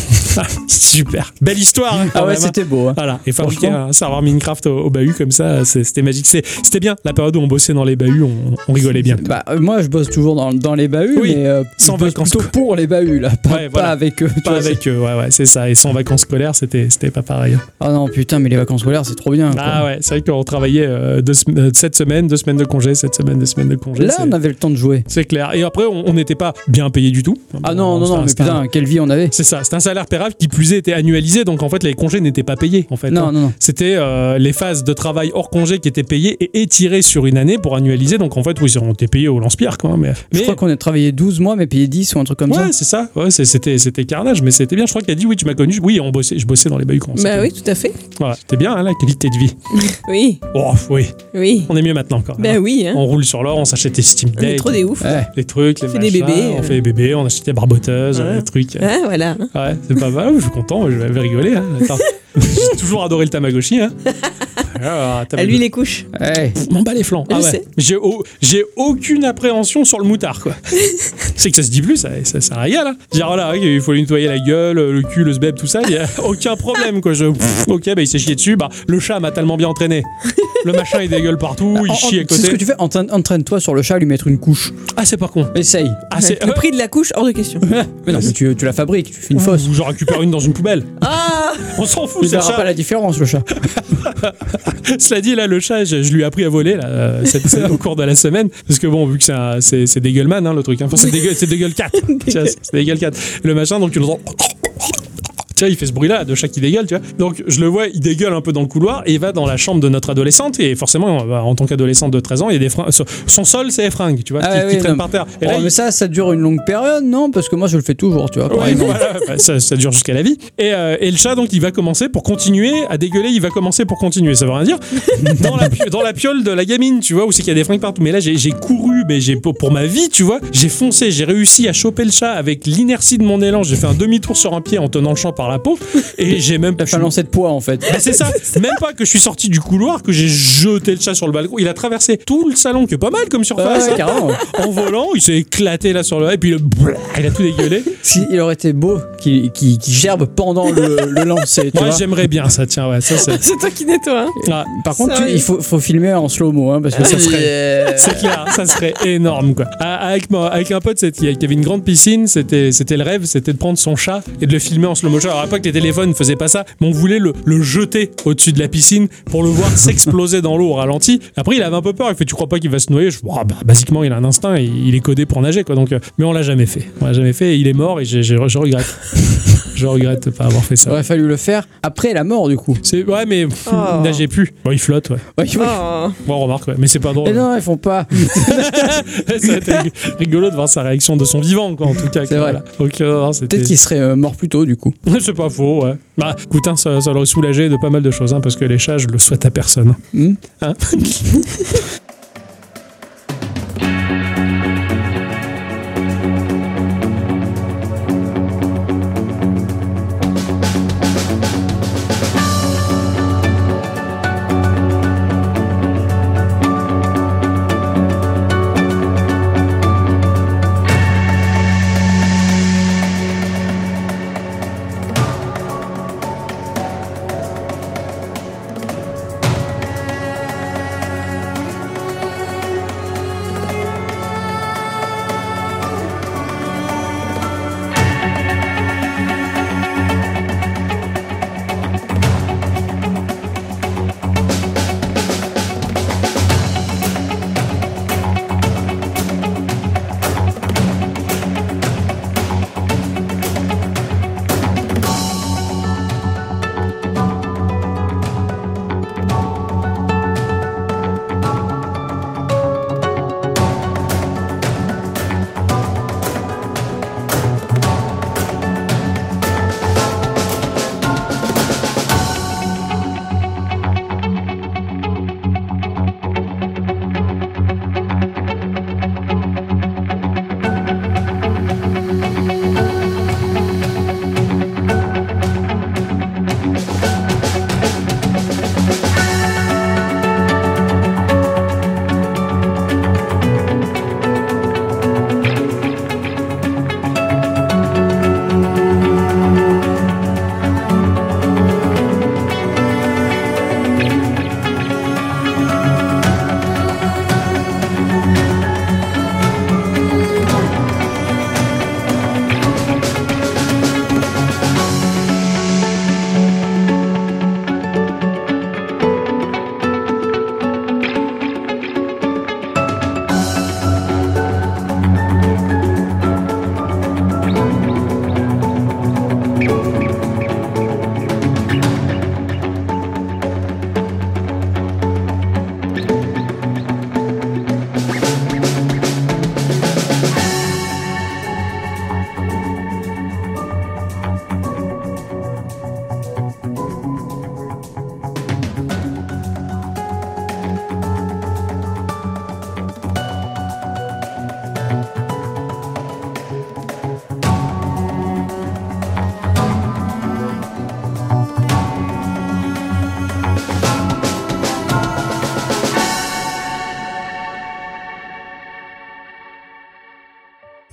Super. Belle histoire. hein, quand
Ah ouais,
même, hein.
c'était beau. hein.
Voilà, et fabriquer
Franchement.
un serveur Minecraft au, au bahut comme ça, c'est- c'était magique. C'est- C'était bien, la période où on bossait dans les bahuts, on, on rigolait bien.
Bah, euh, moi, je bosse toujours dans, dans les bahuts,
Oui,
mais euh,
sans
je bosse
vacances,
plutôt
quoi.
pour les bahuts, là. Pas,
Ouais, voilà.
pas avec eux. tu
Pas
vois, c'est-
avec eux, ouais, ouais, c'est ça. Et sans vacances scolaires, c'était c'était pas pareil.
Ah non, putain, mais les vacances scolaires, c'est trop bien. quoi.
Ah ouais, c'est vrai qu'on travaillait euh, deux, sem- euh, cette semaine, deux semaines de congé, cette semaine, deux semaines de congé.
Là,
c'est-
on avait le temps de jouer.
C'est clair. Et après, on on n'était pas bien payé du tout.
Ah non, non,
C'était un-
non, mais
c'était un-
putain, quelle vie on avait.
C'est ça, c'est un salaire pérable qui plus est était annualisé, donc en fait les congés n'étaient pas payés en fait. hein.
Non, non, non.
C'était euh, les phases de travail hors congé qui étaient payées et étirées sur une année pour annualiser, donc en fait oui, on était payé au lance-pierre quoi. hein, Mais,
Je
mais-
crois qu'on a travaillé 12 mois, mais payé 10 ou un truc comme ça.
ouais, c'est ça. Ouais, c'est- c'était c'était carnage, mais c'était bien. Je crois qu'elle a dit oui, tu m'as connu. Oui, on bossait, je bossais dans les bahuts. quand on
Bah
s'était-
oui, tout à fait.
Voilà, c'était bien hein, la qualité de vie.
Oui,
Oh oui,
oui.
on est mieux maintenant quand même.
Bah oui, hein.
On Ah, roule sur l'or, on s'achète des Steam
On est
Deck,
trop des ouf.
Ouais.
les trucs, les
fait des
machins,
bébés,
on
euh.
fait des bébés, on achète des barboteuses,
Ouais.
des trucs.
Hein, voilà. hein.
Ouais, c'est pas mal, je suis content, je vais rigoler. hein. Attends. J'ai toujours adoré le Tamagotchi. Hein. Ah,
À lui, les couches.
Ouais.
Pff, m'en bats les flancs.
Je
Ah ouais.
sais.
J'ai au- j'ai aucune appréhension sur le moutard, quoi. c'est que ça se dit plus, ça, ça, ça régale. Hein. Dire, voilà, il faut lui nettoyer la gueule, le cul, le sbeb, tout ça, il n'y a aucun problème, quoi. Je, pff, ok, bah, il s'est chié dessus, bah, le chat m'a tellement bien entraîné. Le machin, il dégueule partout, il
En- en-
chie à
C'est ce que
côté.
tu fais, entraîne- entraîne-toi sur le chat à lui mettre une couche.
Ah, c'est pas con.
Essaye.
Ah, c'est.
Le prix de la couche, hors de question.
Mais non, mais tu, tu la fabriques, tu fais une fausse.
Ou j'en récupère une dans une poubelle.
Ah
On s'en fout,
Il
c'est le
verra
chat.
pas la différence, le chat.
Cela dit, là, le chat, je, je lui ai appris à voler là, euh, cette- cette- au cours de la semaine. Parce que, bon, vu que c'est un- c'est c'est des gueulemans, hein, le truc. hein. Enfin, c'est des gueules- c'est des gueules 4. Tu vois, c'est des gueules 4. Le machin, donc tu l'entends. Tu vois, il fait ce bruit-là de chat qui dégueule, tu vois. Donc, je le vois, il dégueule un peu dans le couloir et il va dans la chambre de notre adolescente. Et forcément, bah, en tant qu'adolescente de 13 ans, il y a des fringues. son- Son sol, c'est les fringues, tu vois,
Ah
qui,
ouais,
qui
ouais,
traînent
non.
par terre.
Oh,
Et là, il-
mais ça, ça dure une longue période, non Parce que moi, je le fais toujours, tu vois. par
Ouais,
exemple.
voilà, bah, ça, ça dure jusqu'à la vie. Et, euh, et le chat, donc, il va commencer pour continuer à dégueuler, il va commencer pour continuer, ça veut rien dire. Dans la, pi- dans la piole de la gamine, tu vois, où c'est qu'il y a des fringues partout. Mais là, j'ai j'ai couru, mais j'ai pour, pour ma vie, tu vois, j'ai foncé, j'ai réussi à choper le chat avec l'inertie de mon élan. J'ai fait un demi-tour sur un pied en tenant le chat par la peau. Et j'ai même pas.
T'as pas lancé de poids, en fait.
Bah, c'est ça, même pas que je suis sorti du couloir, que j'ai jeté le chat sur le balcon. Il a traversé tout le salon, qui est pas mal comme surface,
Ah Ouais,
hein,
carrément.
en volant. Il s'est éclaté là sur le. Et puis, le... il a tout dégueulé.
Si, il aurait été beau qu'il qu'il- qu'il gerbe pendant le, le lancer. Tu
Moi,
vois.
j'aimerais bien ça, tiens, ouais, ça, c'est.
C'est toi qui nettoie. hein.
Ah,
Par contre, tu-
Sérieux.
euh,
il faut, faut filmer en slow-mo, hein, parce que ça serait.
c'est clair, ça serait énorme quoi. À- Avec, moi- avec un pote c'est- qui avait une grande piscine, c'était c'était le rêve, c'était de prendre son chat et de le filmer en slow motion. Alors à l'époque les téléphones ne faisaient pas ça, mais on voulait le, le jeter au-dessus de la piscine pour le voir s'exploser dans l'eau au ralenti. Après il avait un peu peur, il fait tu crois pas qu'il va se noyer Je bah, bah, basiquement il a un instinct, il, il est codé pour nager quoi. Donc euh, mais on l'a jamais fait, on l'a jamais fait. Et il est mort et j'ai- j'ai- je regrette, je regrette de pas avoir fait ça.
aurait fallu le faire après la mort du coup.
C'est ouais mais pff,
Oh.
nager plus. Bon il flotte ouais.
Ouais, ouais.
Ah.
Oh.
Bon remarque ouais, mais c'est pas drôle.
Mais non, ils font pas.
ça a été rigolo de voir sa réaction de son vivant, quoi, en tout cas.
C'est
quoi,
vrai.
voilà. Donc, euh, non, c'était-
Peut-être qu'ils seraient euh, morts plus tôt du coup.
C'est pas faux, ouais. Bah, écoute, hein, ça, ça l'aurait soulagé de pas mal de choses, hein, parce que les chats, je le souhaite à personne.
Hmm.
Hein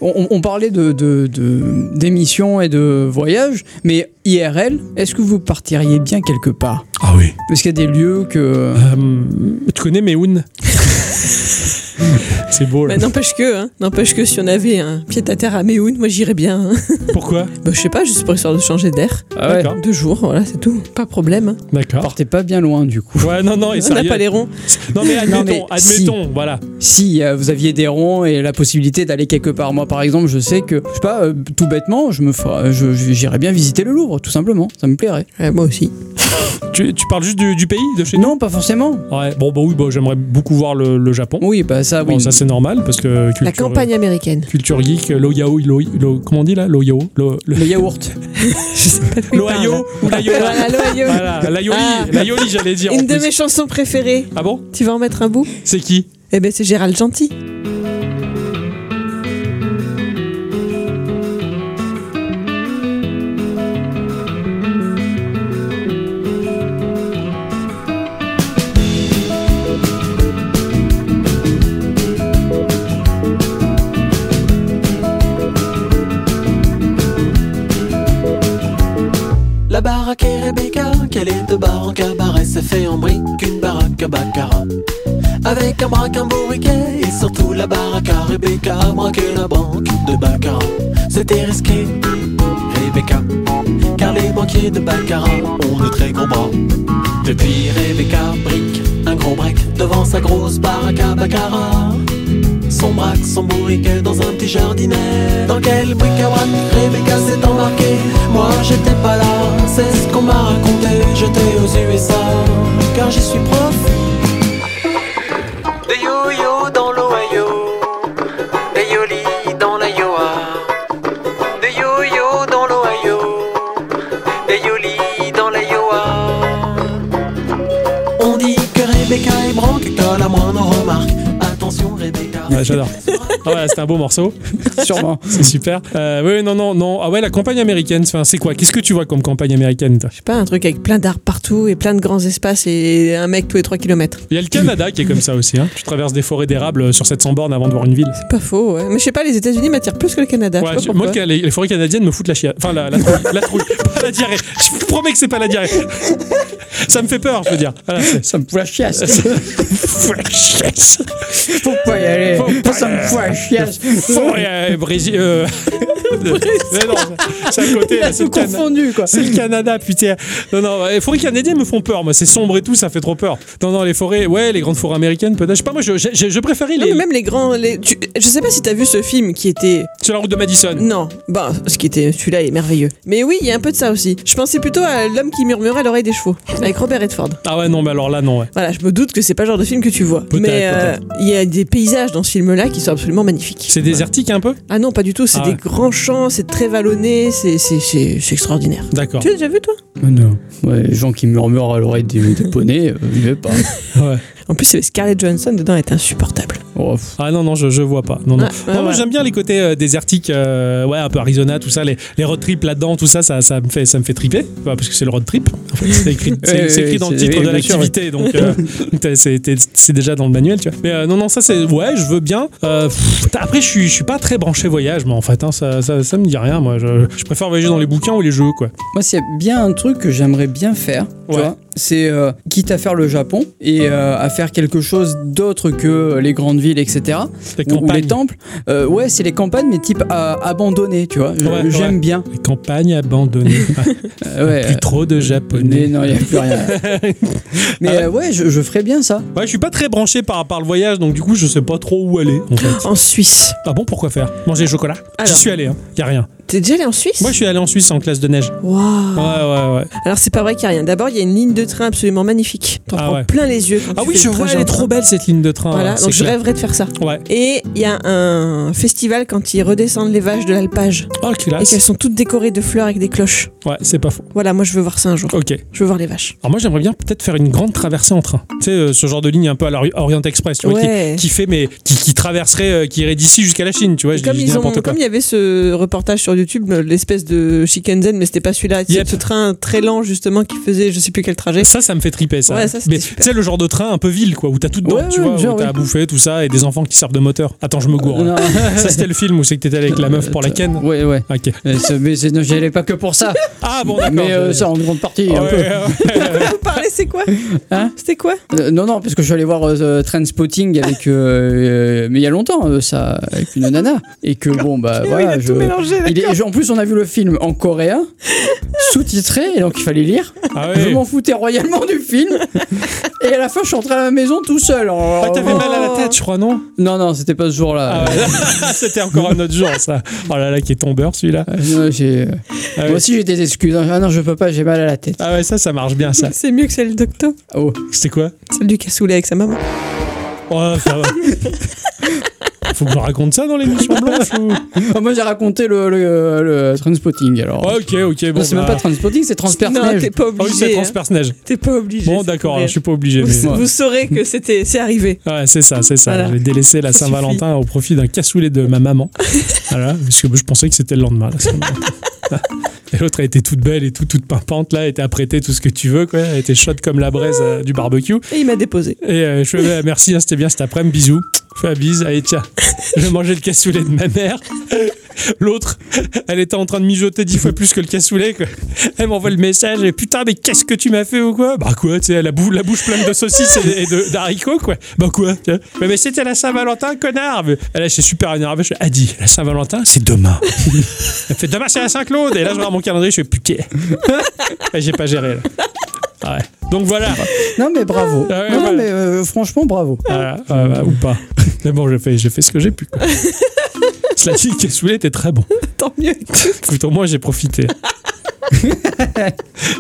On, on- on parlait de, de, de- d'émissions et de voyages, mais IRL, est-ce que vous partiriez bien quelque part
Ah oui. Euh,
Parce qu'il y a des lieux que.
tu connais Meoun C'est beau, là.
Bah, n'empêche que, hein, n'empêche que si on avait un pied à terre à Méhoun, moi j'irais bien. hein.
Pourquoi
Bah, je sais pas, juste pour histoire de changer d'air.
Ah ouais.
D'accord.
Deux jours, voilà, c'est tout. Pas problème. hein.
D'accord.
Partez pas bien loin du coup.
Ouais, non, non, et
on n'a
Ah, sérieux.
pas les ronds.
Non, mais admettons,
mais
admettons, voilà.
Si euh, vous aviez des ronds et la possibilité d'aller quelque part, moi par exemple, je sais que, je sais pas, euh, tout bêtement, je me ferais- je- je- j'irais bien visiter le Louvre, tout simplement, ça me plairait.
Ouais, moi aussi.
Tu, tu parles juste du, du pays, de chez
Non, pas forcément.
nous Ouais, bon, bah oui, bah, j'aimerais beaucoup voir le, le Japon.
Oui, bah ça, oui.
Bon, ça, c'est normal, parce que culture,
La campagne américaine.
culture geek, l'Oyao, lo, lo- comment on dit là L'Oyao lo- le-
le yaourt.
Je sais pas de quoi il parle.
L'Ohio ou l'Iowa
Voilà, Ah, l'Ohio.
Voilà, l'Ioli,
Ah.
l'Ioli, j'allais dire. en
Une de
plus.
mes chansons préférées.
Ah bon
Tu vas en mettre un bout
C'est qui
Eh ben c'est Gérald Gentil.
La baraque est Rebecca, qu'elle est de bar en cabaret, c'est fait en brique, une baraque à baccarat. Avec un braque, un bourriquet et surtout la baraque à Rebecca a braqué la banque de Baccarat. C'était risqué, Rebecca, car les banquiers de Baccarat ont de très gros bras. Depuis Rebecca brique un gros break devant sa grosse baraque à Baccarat. Son braque, son bourriquet dans un petit jardinet. Dans quel bric-à-brac Rebecca s'est embarquée Moi j'étais pas là, c'est ce qu'on m'a raconté. J'étais aux USA, car j'y suis prof. Des yo-yo dans l'Ohio, des yoli dans l'Iowa, des yo-yo dans l'Ohio, des yoli dans l'Iowa. On dit que Rebecca est branque, qu'à la moindre remarque. Attention Rebecca.
Ouais, j'adore. Ah ouais, c'était un beau morceau,
sûrement.
c'est super. Euh, oui, non, non, non. Ah ouais, la campagne américaine, enfin, c'est quoi Qu'est-ce que tu vois comme campagne américaine toi
Je sais pas, un truc avec plein d'arbres partout et plein de grands espaces et un mec tous les 3 km.
Il y a le Canada qui est comme ça aussi. Hein. Tu traverses des forêts d'érable euh, sur 700 bornes avant de voir une ville.
C'est pas faux, ouais. Mais je sais pas, les États-Unis m'attirent plus que le Canada.
Ouais,
je sais
tu-
pas
moi,
pourquoi.
les, les forêts canadiennes me foutent la chiasse. Enfin, la, la trouille. la trouille. Pas la diarrhée. Je vous promets que c'est pas la diarrhée. Ça me fait peur, je veux dire. Voilà, c'est-
Ça me fout la chiasse.
Faut la chiasse.
Faut pas y aller.
Faut pas
ça me fout la chiasse.
Forêt euh, Brésil. euh, Mais non, c'est à côté.
Il
là,
a
c'est
tout
le Canada.
confondu, quoi.
C'est le Canada, putain. Non, non, les forêts canadiennes me font peur, moi. C'est sombre et tout, ça fait trop peur. Non, non, les forêts, ouais, les grandes forêts américaines, peut-être. Je sais pas, moi, je, je- je- je préférais
Non,
les.
mais même les grands. Les... tu- Je sais pas si t'as vu ce film qui était.
Sur la route de Madison.
Non, bah, ce qui était. Celui-là est merveilleux. Mais oui, il y a un peu de ça aussi. Je pensais plutôt à L'homme qui murmurait à l'oreille des chevaux, avec Robert Redford.
Ah ouais, non, mais alors là, non, ouais.
Voilà, je me doute que c'est pas le genre de film que tu vois.
Peut-être,
Mais euh, il y a des paysages dans ce film-là qui sont absolument magnifiques.
C'est désertique un peu
Ah non, pas du tout, c'est
Ah
des
ouais.
grands champs, c'est très vallonné, c'est c'est- c'est- c'est extraordinaire.
D'accord.
Tu l'as déjà vu toi
Non. Ouais, les gens qui murmurent à l'oreille des, des poneys, euh, il est pas.
Ouais.
En plus, Scarlett Johansson dedans elle est insupportable.
Oh, pff.
Ah non, non, je, je vois pas. Non, non.
Ouais, ouais,
Non, moi,
ouais.
j'aime bien les côtés euh, désertiques, euh, ouais, un peu Arizona, tout ça, les, les road trips là-dedans, tout ça, ça, ça me fait, ça me fait triper, Enfin, parce que c'est le road trip. En fait, c'est écrit, c'est-
Ouais,
c'est
ouais,
écrit dans le
c'est-
titre
oui,
de
bien sûr,
l'activité, donc euh, t'as- c'est t'es- c'est déjà dans le manuel, tu vois. Mais euh, non, non, ça c'est, ouais, je veux bien. Euh, pff, t'as- après, je suis, je suis pas très branché voyage, moi, en fait, hein, ça, ça, ça me dit rien, moi. Je, je préfère voyager dans les bouquins ou les jeux, quoi.
Moi, s'il y a bien un truc que j'aimerais bien faire, tu
Ouais.
vois, c'est euh, quitte à faire le Japon et euh, à faire quelque chose d'autre que les grandes villes, etc.
Les
ou- ou, les
campagnes,
temples. euh, ouais, c'est les campagnes, mais type euh, abandonnées, tu vois. Je-
Ouais,
J'aime
ouais.
bien.
les campagnes abandonnées. Ah,
Euh, ouais.
plus trop de japonais.
Mais non, il n'y a plus rien. mais
Ah
euh, ouais, je, je ferais bien ça.
Ouais, je suis pas très branché par, par le voyage, donc du coup, je sais pas trop où aller, en fait.
En Suisse.
Ah bon, pourquoi faire Manger du chocolat J'y
Alors.
suis allé, hein. y a rien.
T'es déjà allé en Suisse
Moi, je suis allé en Suisse en classe de neige.
Waouh.
Ouais, ouais, ouais.
Alors c'est pas vrai qu'il y a rien. D'abord, il y a une ligne de train absolument magnifique. T'en
Ah
prends
ouais.
plein les yeux. quand
Ah
tu
oui,
fais
je
le
vois,
trajet
elle est
en
trop
train.
belle cette ligne de train. Ah,
Voilà,
c'est
donc je
clair.
rêverais de faire ça.
Ouais.
Et il y a un festival quand ils redescendent les vaches de l'alpage
Oh,
et qu'elles
classe.
sont toutes décorées de fleurs avec des cloches.
Ouais, c'est pas faux.
Voilà, moi je veux voir ça un jour.
Ok.
Je veux voir les vaches.
Alors moi, j'aimerais bien peut-être faire une grande traversée en train. Tu sais, euh, ce genre de ligne un peu à l'Orient Orient Express, tu vois, qui-
Ouais.
qui, fait mais qui, qui traverserait, euh, qui irait d'ici jusqu'à la Chine, tu vois. Je dis-
Comme,
je
ils
dis
ont,
n'importe quoi.
comme il y avait ce reportage sur YouTube, l'espèce de Shikansen, mais c'était pas celui-là, c'est
Yep.
ce train très lent justement qui faisait je sais plus quel trajet.
Ça, ça me fait triper, ça.
Ouais, ça, c'était
mais tu
super.
sais, le genre de train un peu ville, quoi, où t'as tout dedans,
Ouais,
tu
ouais,
vois,
genre,
où t'as
ouais.
à bouffer, tout ça, et des enfants qui servent de moteur. Attends, je me gourre.
Non.
hein. ça, c'était le film où c'est que t'étais allé avec la meuf pour la ken.
Ouais, ouais.
Ok.
Mais c'est- Mais c'est- non, j'y allais pas que pour ça.
Ah bon, d'accord.
mais euh,
je- Ah
ça en grande partie. un
Ouais,
peu.
ouais, ouais.
Vous parlez, c'est quoi
Hein
C'était quoi
Euh, non, non, parce que je suis allé voir euh, Spotting avec. euh, euh, mais il y a longtemps, euh, ça, avec une nana. Et que bon, bah
Oui,
voilà.
Il a
je-
tout mélangé.
il est-
d'accord.
je- en plus, on a vu le film en coréen, sous-titré, et donc il fallait lire.
Ah
Je
ouais.
m'en foutais royalement du film. Et à la fin, je suis rentré à la maison tout seul. En-
Ah, t'avais
en-
mal à la tête, je crois, non
Non, non, c'était pas ce jour-là.
Ah ouais. C'était encore un autre jour, ça. Oh là là, qui est tombeur, celui-là.
Euh, non, j'ai-
Ah
Moi
ouais.
aussi, j'ai des excuses. hein. Ah non, je peux pas, j'ai mal à la tête.
Ah ouais, ça, ça marche bien, ça.
C'est mieux que celle d'Octo,
Oh.
C'était quoi
celle du cassoulet avec sa maman.
Oh, ça va. Faut que je raconte ça dans l'émission blanche ou...
Ah, moi, j'ai raconté le, le, le Trainspotting, alors.
Ouais, Ok, ok, bon.
Non, c'est
bah...
même pas Trainspotting, c'est
Non,
Transperce-Neige.
t'es pas
Ah oui, c'est
obligé. hein.
transpersonnage.
T'es pas obligé.
Bon,
c'est
d'accord,
pour
je
rire.
suis pas obligé. mais-
Vous,
Ouais.
vous saurez que c'était, c'est arrivé.
Ouais, c'est ça, c'est ça.
Voilà.
J'ai délaissé la
Ça
Saint-Valentin au profit d'un cassoulet de ma maman. voilà, parce que je pensais que c'était le lendemain. la Saint-Valentin. Et l'autre, elle était toute belle et tout, toute pimpante, là, elle était apprêtée, tout ce que tu veux, quoi. Elle était chaude comme la braise euh, du barbecue.
Et il m'a déposé.
Et euh, je fais, ah, merci, hein, c'était bien cet après-midi, bisous. Je fais la bise, allez, tiens, je vais manger le cassoulet de ma mère. L'autre, elle était en train de mijoter dix fois plus que le cassoulet. quoi. Elle m'envoie le message et putain, mais qu'est-ce que tu m'as fait ou quoi Bah quoi, tu sais, elle a bou- la bouche pleine de saucisses et et de- d'haricots, quoi. Bah quoi tu vois. mais, mais c'était la Saint-Valentin, connard Mais Elle est super énervée. Je fais, ah dit, la Saint-Valentin, c'est demain. elle fait demain, c'est la Saint-Claude. Et là, je regarde mon calendrier, je fais putain. Et J'ai pas géré, là. Ah ouais. Donc voilà.
Non, mais bravo.
Ah ouais,
non, non,
voilà.
mais euh, franchement, bravo.
Voilà, ouais, bah, ou pas. Mais bon, j'ai fait, j'ai fait ce que j'ai pu. quoi. Cela dit, le cassoulet était très bon.
Tant mieux.
Écoute, au moins j'ai profité.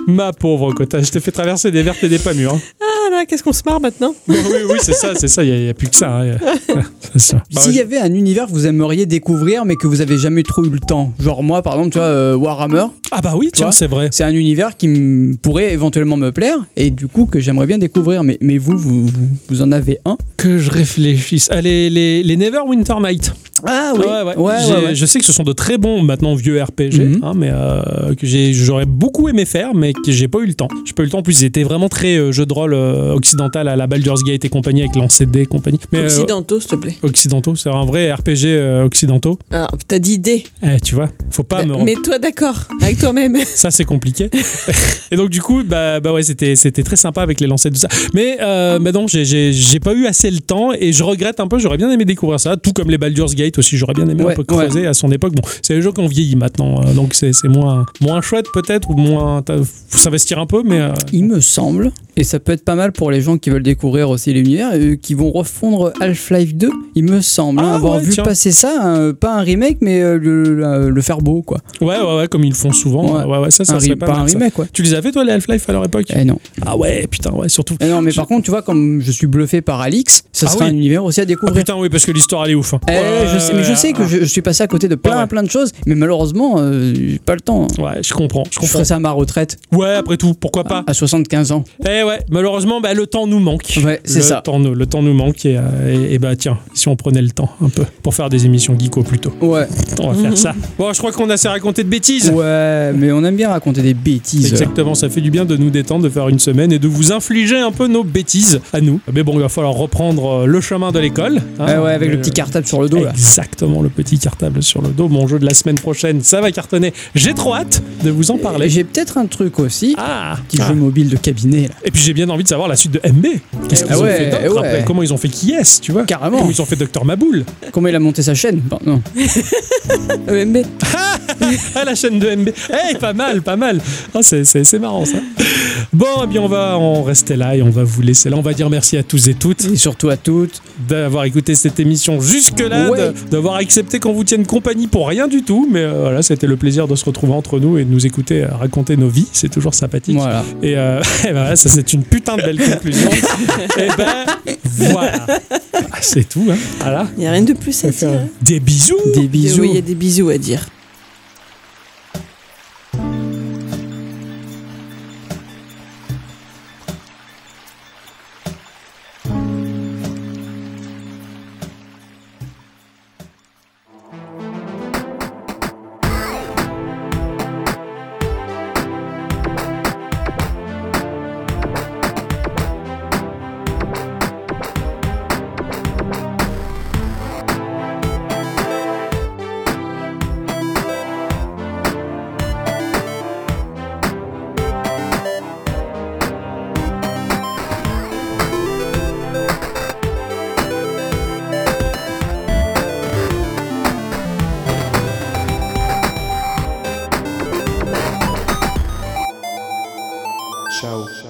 Ma pauvre Cota, je t'ai fait traverser des vertes et des pas mûres. hein.
Ah là, qu'est-ce qu'on se marre maintenant
Bon, oui, oui, c'est ça, c'est ça, il n'y a, plus que ça. hein, y a- c'est ça. Bah,
S'il
ouais,
y avait un univers que vous aimeriez découvrir, mais que vous avez jamais trop eu le temps, genre moi, par exemple, tu vois, euh, Warhammer,
Ah bah oui, tiens,
vois,
c'est vrai.
c'est un univers qui me- pourrait éventuellement me plaire et du coup que j'aimerais bien découvrir. Mais, mais vous, vous, vous, vous en avez un
Que je réfléchisse. Ah, les, les, les Neverwinter Night.
Ah
Ouais, ouais.
ouais,
J'ai-
ouais.
Je sais que ce sont de très bons maintenant vieux RPG,
Mhm.
hein, mais euh, que j'ai- j'aurais beaucoup aimé faire, mais que j'ai pas eu le temps. J'ai pas eu le temps. En plus, ils étaient vraiment très euh, jeu de rôle euh, occidental à la Baldur's Gate et compagnie avec l'ANCD et compagnie. Mais, euh,
Occidentaux, s'il te plaît.
occidentaux, c'est un vrai RPG euh, occidentaux.
Alors, t'as dit idée.
Eh, tu vois, faut pas me
Mais toi, d'accord, avec toi-même.
ça c'est compliqué. et donc du coup, bah, bah ouais, c'était c'était très sympa avec les lancers de ça. Mais
Ah.
euh, bah non, j'ai- j'ai j'ai pas eu assez le temps et je regrette un peu. J'aurais bien aimé découvrir ça, tout comme les Baldur's Gate aussi. J'aurais bien aimé un
Ouais,
peu creuser à son époque. Bon, c'est les jeux qui ont vieilli maintenant, euh, donc c'est c'est moins moins chouette peut-être ou moins t'as- faut s'investir un peu, mais euh,
Il me semble, et ça peut être pas mal pour les gens qui veulent découvrir aussi l'univers, euh, qui vont refondre Half-Life 2, il me semble, hein,
Ah,
avoir
ouais,
vu
tiens.
passer ça, un- pas un remake, mais euh, le, la- le faire beau, quoi.
ouais ouais ouais, comme ils le font souvent.
Ouais.
Ouais ouais, ça ça
un,
serait
re-
pas,
pas un
mal, ça.
remake, ouais.
Tu les avais toi les Half-Life à leur époque
Eh non.
Ah ouais, putain ouais, surtout.
Eh non, mais
Je-
par contre, tu vois, comme je suis bluffé par Alix, ça
Ah
sera
oui.
un univers aussi à
Ah
découvrir.
putain oui parce que l'histoire elle est ouf. hein.
Eh,
Ouais,
je sais, mais je sais que
ouais.
je, je suis passé à côté de plein
Ouais, ouais.
plein de choses, mais malheureusement, euh, j'ai pas le temps.
Ouais, je comprends, je
Je
comprends.
ferai ça Ah. à ma retraite
Ouais, après tout, pourquoi pas
à 75 ans.
Eh ouais, malheureusement, bah, le temps nous manque.
Ouais, c'est
Le
ça.
temps nous- le temps nous manque et, euh, et- et bah tiens, si on prenait le temps un peu pour faire des émissions geeko plutôt,
Ouais,
on va faire ça. Bon, je crois qu'on a assez raconté de bêtises.
ouais, mais on aime bien raconter des bêtises.
Exactement, ça fait du bien de nous détendre, de faire une semaine et de vous infliger un peu nos bêtises à nous. Mais bon, il va falloir reprendre euh, le chemin de l'école. hein.
Eh ouais, avec le
Euh,
petit cartable sur le dos là.
Exactement, le petit cartable sur le dos. Mon jeu de la semaine prochaine, ça va cartonner. J'ai trop hâte de vous en
Et
parler.
J'ai peut-être un truc aussi,
Ah,
petit
Ah.
jeu mobile de cabinet là.
Et puis j'ai bien envie de savoir la suite de MB. Qu'est-ce
Eh
qu'ils
ouais,
ont fait
eh
d'autre
ouais.
après Comment ils ont fait qui est tu vois
Carrément.
Comment ils ont fait Docteur Maboul
Comment il a monté sa chaîne Bon, Non.
EMB.
Ah, la chaîne de MB. Hey, pas mal, pas mal. Ah, c'est- c'est c'est marrant ça. Bon, eh bien on va en rester là et on va vous laisser là. On va dire merci à tous et toutes
Et surtout à toutes.
d'avoir écouté cette émission jusque-là,
Ouais.
de- d'avoir accepté qu'on vous tienne compagnie pour rien du tout. Mais euh, voilà, c'était le plaisir de se retrouver entre nous et de nous écouter euh, raconter nos vies. C'est toujours sympathique.
Voilà.
Et, euh, eh ben voilà, ça c'est une putain de belle conclusion. et ben voilà. Ah, c'est tout. Hein. Voilà.
Il n'y a rien de plus à dire. hein.
Des bisous.
Des bisous.
Oui, il y a des bisous à dire.
Ciao.